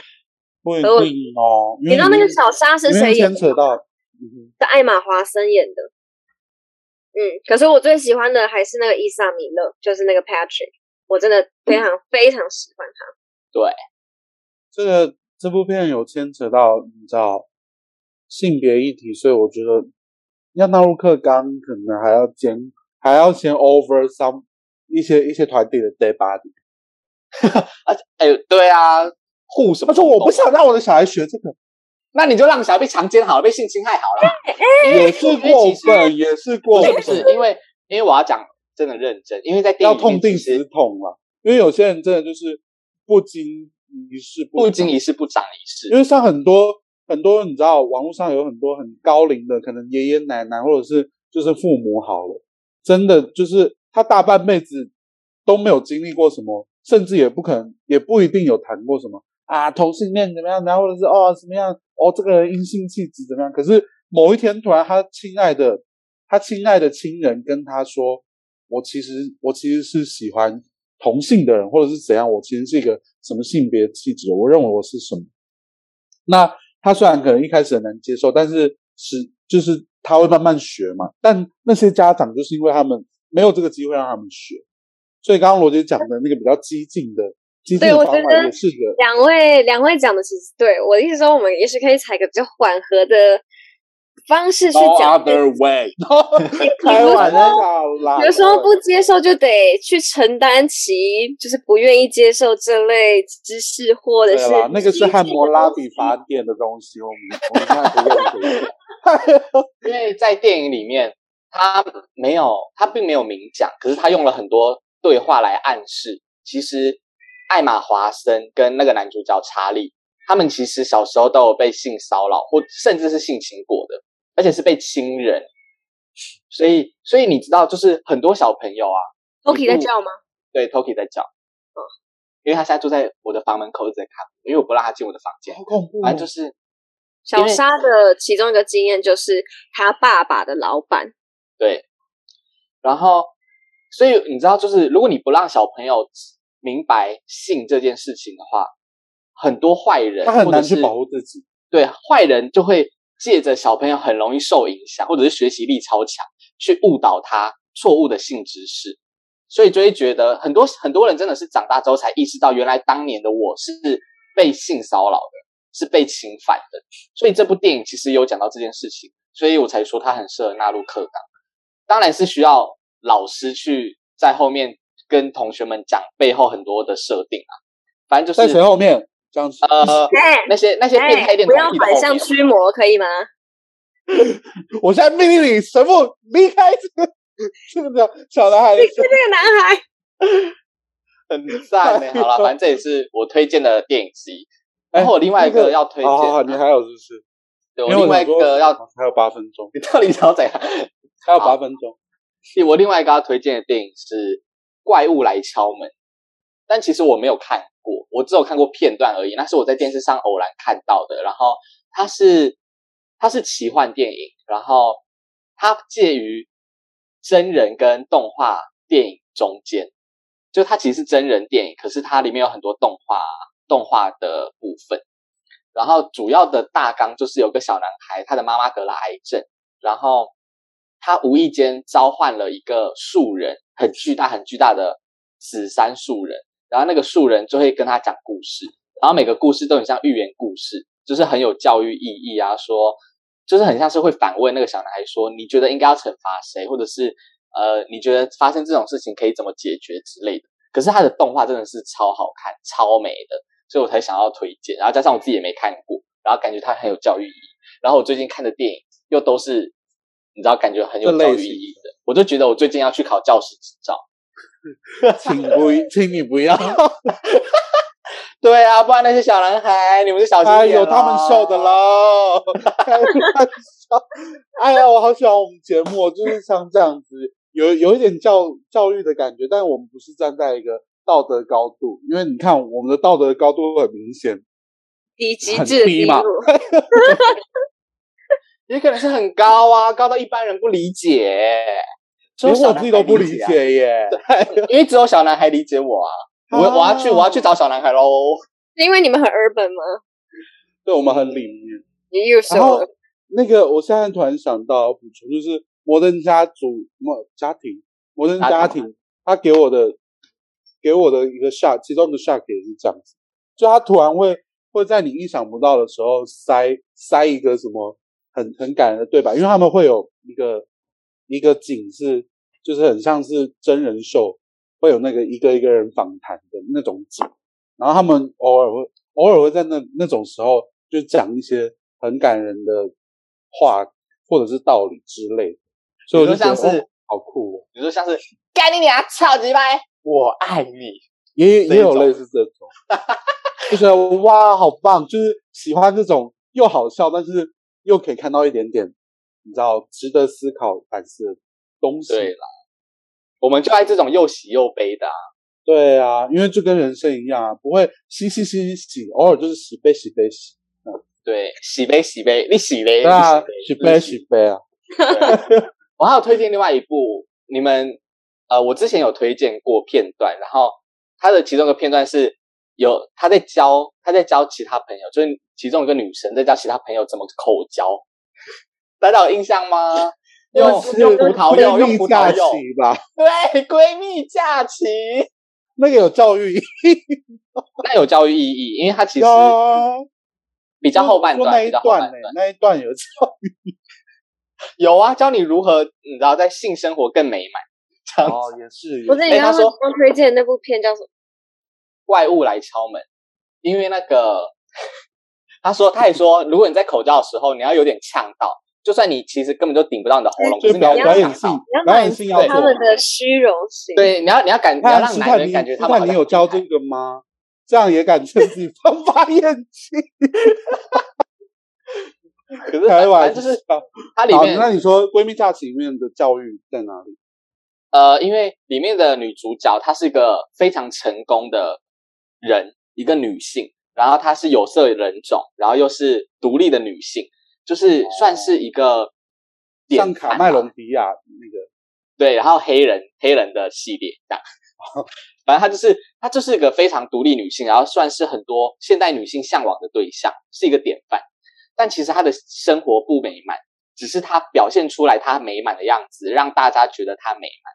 Speaker 3: 不一
Speaker 1: 可我
Speaker 3: 定哦。因
Speaker 1: 你知道
Speaker 3: 为
Speaker 1: 那个小沙是
Speaker 3: 因为
Speaker 1: 谁演
Speaker 3: 牵
Speaker 1: 的？
Speaker 3: 扯到，嗯
Speaker 1: 是艾玛华森演的。嗯，可是我最喜欢的还是那个伊萨米勒，就是那个 Patrick，我真的非常非常喜欢他。
Speaker 3: 这个这部片有牵扯到，你知道性别议题，所以我觉得要纳入课纲，可能还要兼还要先 over some 一些一些团体的 day body。
Speaker 2: 哎，对啊，护什么？
Speaker 3: 他说我不，想让我的小孩学这个，
Speaker 2: 那你就让小孩被强奸好了，被性侵害好了。
Speaker 1: 哎
Speaker 3: 也是过分，也是过
Speaker 2: 不是
Speaker 3: 分
Speaker 2: 不，是，因为因为我要讲真的认真，因为在电
Speaker 3: 要
Speaker 2: 影里面
Speaker 3: 痛定
Speaker 2: 其实
Speaker 3: 思痛了。因为有些人真的就是不经一事
Speaker 2: 不
Speaker 3: 长
Speaker 2: 经一事不长一智
Speaker 3: 因。为像很多很多，你知道，网络上有很多很高龄的，可能爷爷奶奶或者是就是父母好了，真的就是他大半辈子都没有经历过什么，甚至也不可能，也不一定有谈过什么啊，同性恋怎么样，然后或者是哦怎么样，哦这个人阴性气质怎么样，可是某一天突然他亲爱的他亲爱的亲人跟他说，我其实我其实是喜欢同性的人，或者是怎样，我其实是一个什么性别气质，我认为我是什么。那他虽然可能一开始很难接受，但是是就是他会慢慢学嘛。但那些家长就是因为他们没有这个机会让他们学，所以刚刚罗姐讲的那个比较激进的激进
Speaker 1: 对
Speaker 3: 的
Speaker 1: 我
Speaker 3: 方
Speaker 1: 觉
Speaker 3: 法
Speaker 1: 得
Speaker 3: 也是个
Speaker 1: 两位两位讲的其实对我的意思说，我们也许可以采一个比较缓和的方式去
Speaker 5: No
Speaker 1: 讲。
Speaker 5: other way，
Speaker 1: 比
Speaker 3: 开玩
Speaker 1: 如说
Speaker 3: 笑啦。
Speaker 1: 比如说不接受就得去承担其就是不愿意接受这类知识或者
Speaker 3: 对
Speaker 1: 是
Speaker 3: 啦，那个是汉谟拉比
Speaker 1: 法。
Speaker 3: 法典的东西，我们我们现在不用这个。
Speaker 2: 因为在电影里面，他没有，他并没有明讲，可是他用了很多对话来暗示，其实艾玛华森跟那个男主角查理，他们其实小时候都有被性骚扰，或甚至是性侵过的，而且是被亲人。所以，所以你知道，就是很多小朋友啊，
Speaker 1: Toki 在叫吗？
Speaker 2: 对 Toki 在叫，嗯，因为他现在住在我的房门口，一直在看我，因为我不让他进我的房间，
Speaker 3: 好恐怖、哦！
Speaker 2: 反正就是因
Speaker 1: 小
Speaker 2: 为
Speaker 1: 沙的其中一个经验就是他爸爸的老板，
Speaker 2: 对，然后，所以你知道，就是如果你不让小朋友明白性这件事情的话，很多坏人
Speaker 3: 他
Speaker 2: 或
Speaker 3: 很
Speaker 2: 者
Speaker 3: 难去
Speaker 2: 是
Speaker 3: 保护自己。
Speaker 2: 对坏人就会借着小朋友很容易受影响，或者是学习力超强，去误导他错误的性知识，所以就会觉得很多很多人真的是长大之后才意识到，原来当年的我是被性骚扰的，是被侵犯的。所以这部电影其实有讲到这件事情，所以我才说它很适合纳入课纲。当然是需要老师去在后面跟同学们讲背后很多的设定啊，反正就
Speaker 3: 在
Speaker 2: 是
Speaker 3: 谁后面？这样子，
Speaker 2: 呃
Speaker 1: 哎
Speaker 2: 那些那些变态
Speaker 1: 哎，
Speaker 2: 电
Speaker 1: 不
Speaker 2: 台
Speaker 1: 要反向驱魔，可以吗？
Speaker 3: 我现在命令你神父离开这个这个小男孩的
Speaker 1: 你是这个男孩，
Speaker 2: 很赞呢。 好了，反正这也是我推荐的电影之一。然后我另外一
Speaker 3: 哎那
Speaker 2: 个
Speaker 3: 个
Speaker 2: 要推
Speaker 3: 好好好，哦你
Speaker 2: 荐，
Speaker 3: 还有是不是？
Speaker 2: 对我
Speaker 3: 因为
Speaker 2: 另外一
Speaker 3: 想说哦
Speaker 2: 个要，
Speaker 3: 还有八分钟，
Speaker 2: 你到底想要怎样？
Speaker 3: 还有八分钟。
Speaker 2: 我另外一个要推荐的电影是《怪物来敲门》，但其实我没有看过，我只有看过片段而已。那是我在电视上偶然看到的。然后它是它是奇幻电影，然后它介于真人跟动画电影中间，就它其实是真人电影，可是它里面有很多动画动画的部分。然后主要的大纲就是有个小男孩，他的妈妈得了癌症，然后他无意间召唤了一个树人，很巨大很巨大的紫杉树人，然后那个树人就会跟他讲故事，然后每个故事都很像寓言故事，就是很有教育意义啊，说就是很像是会反问那个小男孩说，你觉得应该要惩罚谁，或者是呃，你觉得发生这种事情可以怎么解决之类的。可是他的动画真的是超好看、超美的，所以我才想要推荐。然后加上我自己也没看过，然后感觉它很有教育意义。然后我最近看的电影又都是你知道，感觉很有
Speaker 3: 这类
Speaker 2: 教育
Speaker 3: 型
Speaker 2: 意义的，我就觉得我最近要去考教师执照。
Speaker 3: 请不，请你不要，
Speaker 2: 对啊，不然那些小男孩，你们就小心一
Speaker 3: 哎
Speaker 2: 点
Speaker 3: 有他们
Speaker 2: 咯
Speaker 3: 秀的。喽，开玩笑。哎呀，我好喜欢我们节目，哦就是像这样子，有有一点教教育的感觉，但我们不是站在一个道德高度，因为你看我们的道德高度很明显，
Speaker 1: 低极
Speaker 3: 很
Speaker 1: 致的
Speaker 3: 低
Speaker 1: 低
Speaker 3: 嘛
Speaker 1: 落。
Speaker 2: 也可能是很高啊，高到一般人不理解，
Speaker 3: 连我自己都不理
Speaker 2: 解啊，
Speaker 3: 解耶。
Speaker 2: 因为只有小男孩理 解我啊。我我要去，我要去找小男孩喽。
Speaker 1: 是因为你们很 urban 吗？
Speaker 3: 对我们很里面。
Speaker 1: 你又说
Speaker 3: 然后那个，我现在突然想到要补充，就是《摩登家族》摩家庭，《摩登家庭》他给我的给我的一个 shock，其中的 shock 也是这样子，就他突然会会在你意想不到的时候塞塞一个什么很很感人的对白，因为他们会有一个一个景是就是很像是真人秀，会有那个一个一个人访谈的那种景，然后他们偶尔会偶尔会在那那种时候就讲一些很感人的话或者是道理之类的，所以我就
Speaker 2: 比如
Speaker 3: 觉
Speaker 2: 像
Speaker 3: 得
Speaker 2: 是
Speaker 3: 哦好酷哦。
Speaker 2: 比如说像是干你娘，超级掰，我爱你。
Speaker 3: 也
Speaker 2: 这
Speaker 3: 也有
Speaker 2: 种
Speaker 3: 类似这种，就觉得哇，好棒！就是喜欢这种又好笑，但是又可以看到一点点，你知道，值得思考反思的东西。
Speaker 2: 对啦，我们就爱这种又喜又悲的、啊。
Speaker 3: 对啊，因为就跟人生一样啊，不会喜喜喜喜喜，偶尔就是喜悲喜悲喜，
Speaker 2: 对，喜悲喜悲，你喜悲，嗯
Speaker 3: 对啊
Speaker 2: 你，
Speaker 3: 喜悲喜悲啊，
Speaker 2: 对 我还有推荐另外一部，你们呃，我之前有推荐过片段，然后它的其中一个片段是有他在教他在教其他朋友，就是其中一个女生在教其他朋友怎么口交， 大家有印象吗？用
Speaker 3: 是
Speaker 2: 用葡萄柚，
Speaker 3: 闺
Speaker 2: 用
Speaker 3: 蜜
Speaker 2: 葡
Speaker 3: 假
Speaker 2: 萄
Speaker 3: 期
Speaker 2: 柚，
Speaker 3: 吧，
Speaker 2: 对，闺蜜假期，
Speaker 3: 那个有教育意义
Speaker 2: 那有教育意义，因为它其实
Speaker 3: 啊。
Speaker 2: 比较后半
Speaker 3: 说那
Speaker 2: 段，
Speaker 3: 一
Speaker 2: 比较后半
Speaker 3: 段呢
Speaker 2: 段，
Speaker 3: 那一段有教育
Speaker 2: 有啊，教你如何你知道在性生活更美满，这样子
Speaker 3: 哦，也是
Speaker 1: 不是你
Speaker 2: 哎
Speaker 1: 刚
Speaker 2: 他
Speaker 1: 刚
Speaker 2: 说
Speaker 1: 刚推荐的那部片叫什么？
Speaker 2: 怪物来敲门，因为那个 他说，他也说，如果你在口罩的时候，你要有点呛到，就算你其实根本就顶不到你的喉咙，可
Speaker 3: 就是是
Speaker 2: 哦你要
Speaker 3: 表
Speaker 2: 有
Speaker 3: 表
Speaker 2: 点
Speaker 3: 演
Speaker 2: 呛
Speaker 3: 性
Speaker 2: 到，
Speaker 1: 要，
Speaker 3: 表
Speaker 1: 满
Speaker 3: 演
Speaker 1: 足
Speaker 3: 性要
Speaker 1: 他
Speaker 3: 做。
Speaker 1: 们的虚荣心。，
Speaker 2: 对，你要你要感，你要
Speaker 3: 看
Speaker 2: 让
Speaker 3: 斯
Speaker 2: 男
Speaker 3: 坦
Speaker 2: 人
Speaker 3: 尼
Speaker 2: 感觉
Speaker 3: 斯
Speaker 2: 他们
Speaker 3: 坦
Speaker 2: 好
Speaker 3: 尼
Speaker 2: 像
Speaker 3: 有教这个吗？这样也敢趁自己放发眼睛？
Speaker 2: 可是
Speaker 3: 开
Speaker 2: 反
Speaker 3: 玩
Speaker 2: 反
Speaker 3: 笑
Speaker 2: 正就是它里
Speaker 3: 好，
Speaker 2: 面
Speaker 3: 那你说闺蜜假期里面的教育在哪里？
Speaker 2: 呃，因为里面的女主角她是一个非常成功的人，一个女性，然后她是有色人种，然后又是独立的女性，就是算是一个典范
Speaker 3: 像卡麦
Speaker 2: 吧
Speaker 3: 隆迪亚那个，
Speaker 2: 对，然后黑人黑人的系列这样， 反正她就是她就是一个非常独立女性，然后算是很多现代女性向往的对象，是一个典范。但其实她的生活不美满，只是她表现出来她美满的样子，让大家觉得她美满。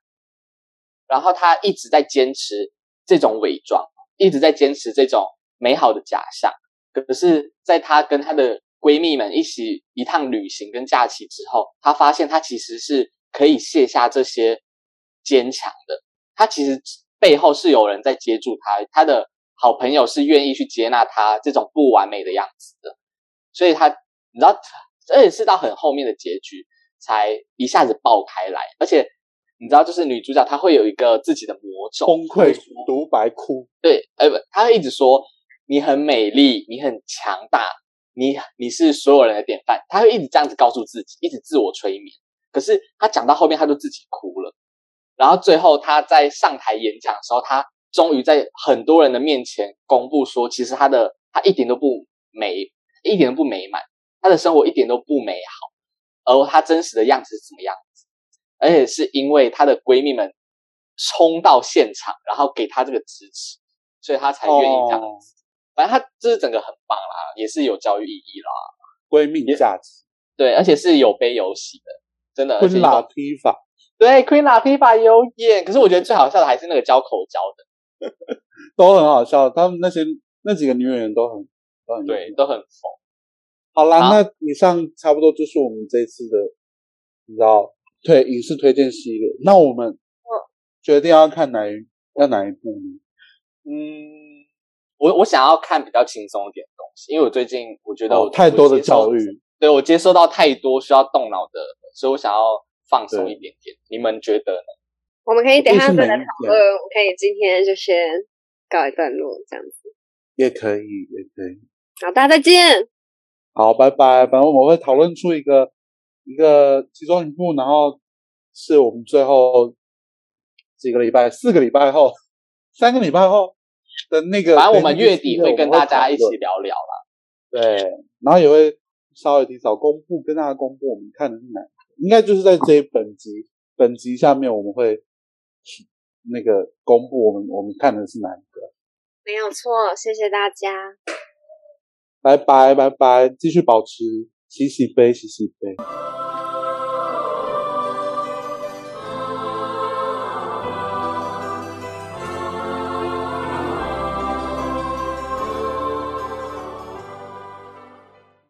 Speaker 2: 然后她一直在坚持这种伪装，一直在坚持这种美好的假象。可是，在她跟她的闺蜜们一起一趟旅行跟假期之后，她发现她其实是可以卸下这些坚强的。她其实背后是有人在接住她，她的好朋友是愿意去接纳她这种不完美的样子的。所以她，你知道，这也是到很后面的结局才一下子爆开来，而且。你知道，就是女主角她会有一个自己的魔咒，
Speaker 3: 崩
Speaker 2: 她会
Speaker 3: 溃
Speaker 2: 说
Speaker 3: 独白哭，
Speaker 2: 对，呃，不，他会一直说你很美丽，你很强大，你你是所有人的典范。他会一直这样子告诉自己，一直自我催眠。可是他讲到后面，他就自己哭了。然后最后他在上台演讲的时候，他终于在很多人的面前公布说，其实他的他一点都不美，一点都不美满，他的生活一点都不美好，而他真实的样子是怎么样子？而且是因为她的闺蜜们冲到现场，然后给她这个支持，所以她才愿意这样子。
Speaker 3: 哦
Speaker 2: 反正她就是整个很棒啦，也是有教育意义啦，
Speaker 3: 闺蜜价值，
Speaker 2: 对，而且是有悲有喜的，真的。而且
Speaker 3: 昆
Speaker 2: 有
Speaker 3: 拉提法，
Speaker 2: 对 Queen Latifah 也有演，可是我觉得最好笑的还是那个教口交的，
Speaker 3: 都很好笑，他们那些那几个女演员都很都很
Speaker 2: 对，都很疯。
Speaker 3: 好啦，
Speaker 2: 好
Speaker 3: 那以上差不多就是我们这次的，你知道推影视推荐系列。那我们决定要看哪一要哪一部呢？
Speaker 2: 嗯，我我想要看比较轻松一点的东西，因为我最近我觉得我、
Speaker 3: 哦太多的教
Speaker 2: 育。
Speaker 3: 育，
Speaker 2: 对我接收到太多需要动脑的，所以我想要放松
Speaker 3: 对
Speaker 2: 一点点。你们觉得呢？
Speaker 1: 我们可以等一下
Speaker 3: 我
Speaker 1: 再
Speaker 3: 是没
Speaker 1: 来
Speaker 3: 意
Speaker 1: 讨
Speaker 3: 见
Speaker 1: 论，我可以今天就先告一段落这样子。
Speaker 3: 也可以，也可以。
Speaker 1: 好，大家再见，
Speaker 3: 好，拜拜。反正我们会讨论出一个一个其中一部，然后是我们最后几个礼拜、四个礼拜后、 三个礼拜后的那个。
Speaker 2: 反正我们月底
Speaker 3: 那
Speaker 2: 会
Speaker 3: 个系列
Speaker 2: 跟
Speaker 3: 我们
Speaker 2: 大家一
Speaker 3: 讨论
Speaker 2: 起聊聊啦。
Speaker 3: 对，然后也会稍微提早公布，跟大家公布我们看的是哪，应该就是在这一本集本集下面我们会那个公布我们我们看的是哪一个。
Speaker 1: 没有错，谢谢大家。
Speaker 3: 拜拜拜拜，继续保持洗洗杯洗洗杯。
Speaker 4: 噜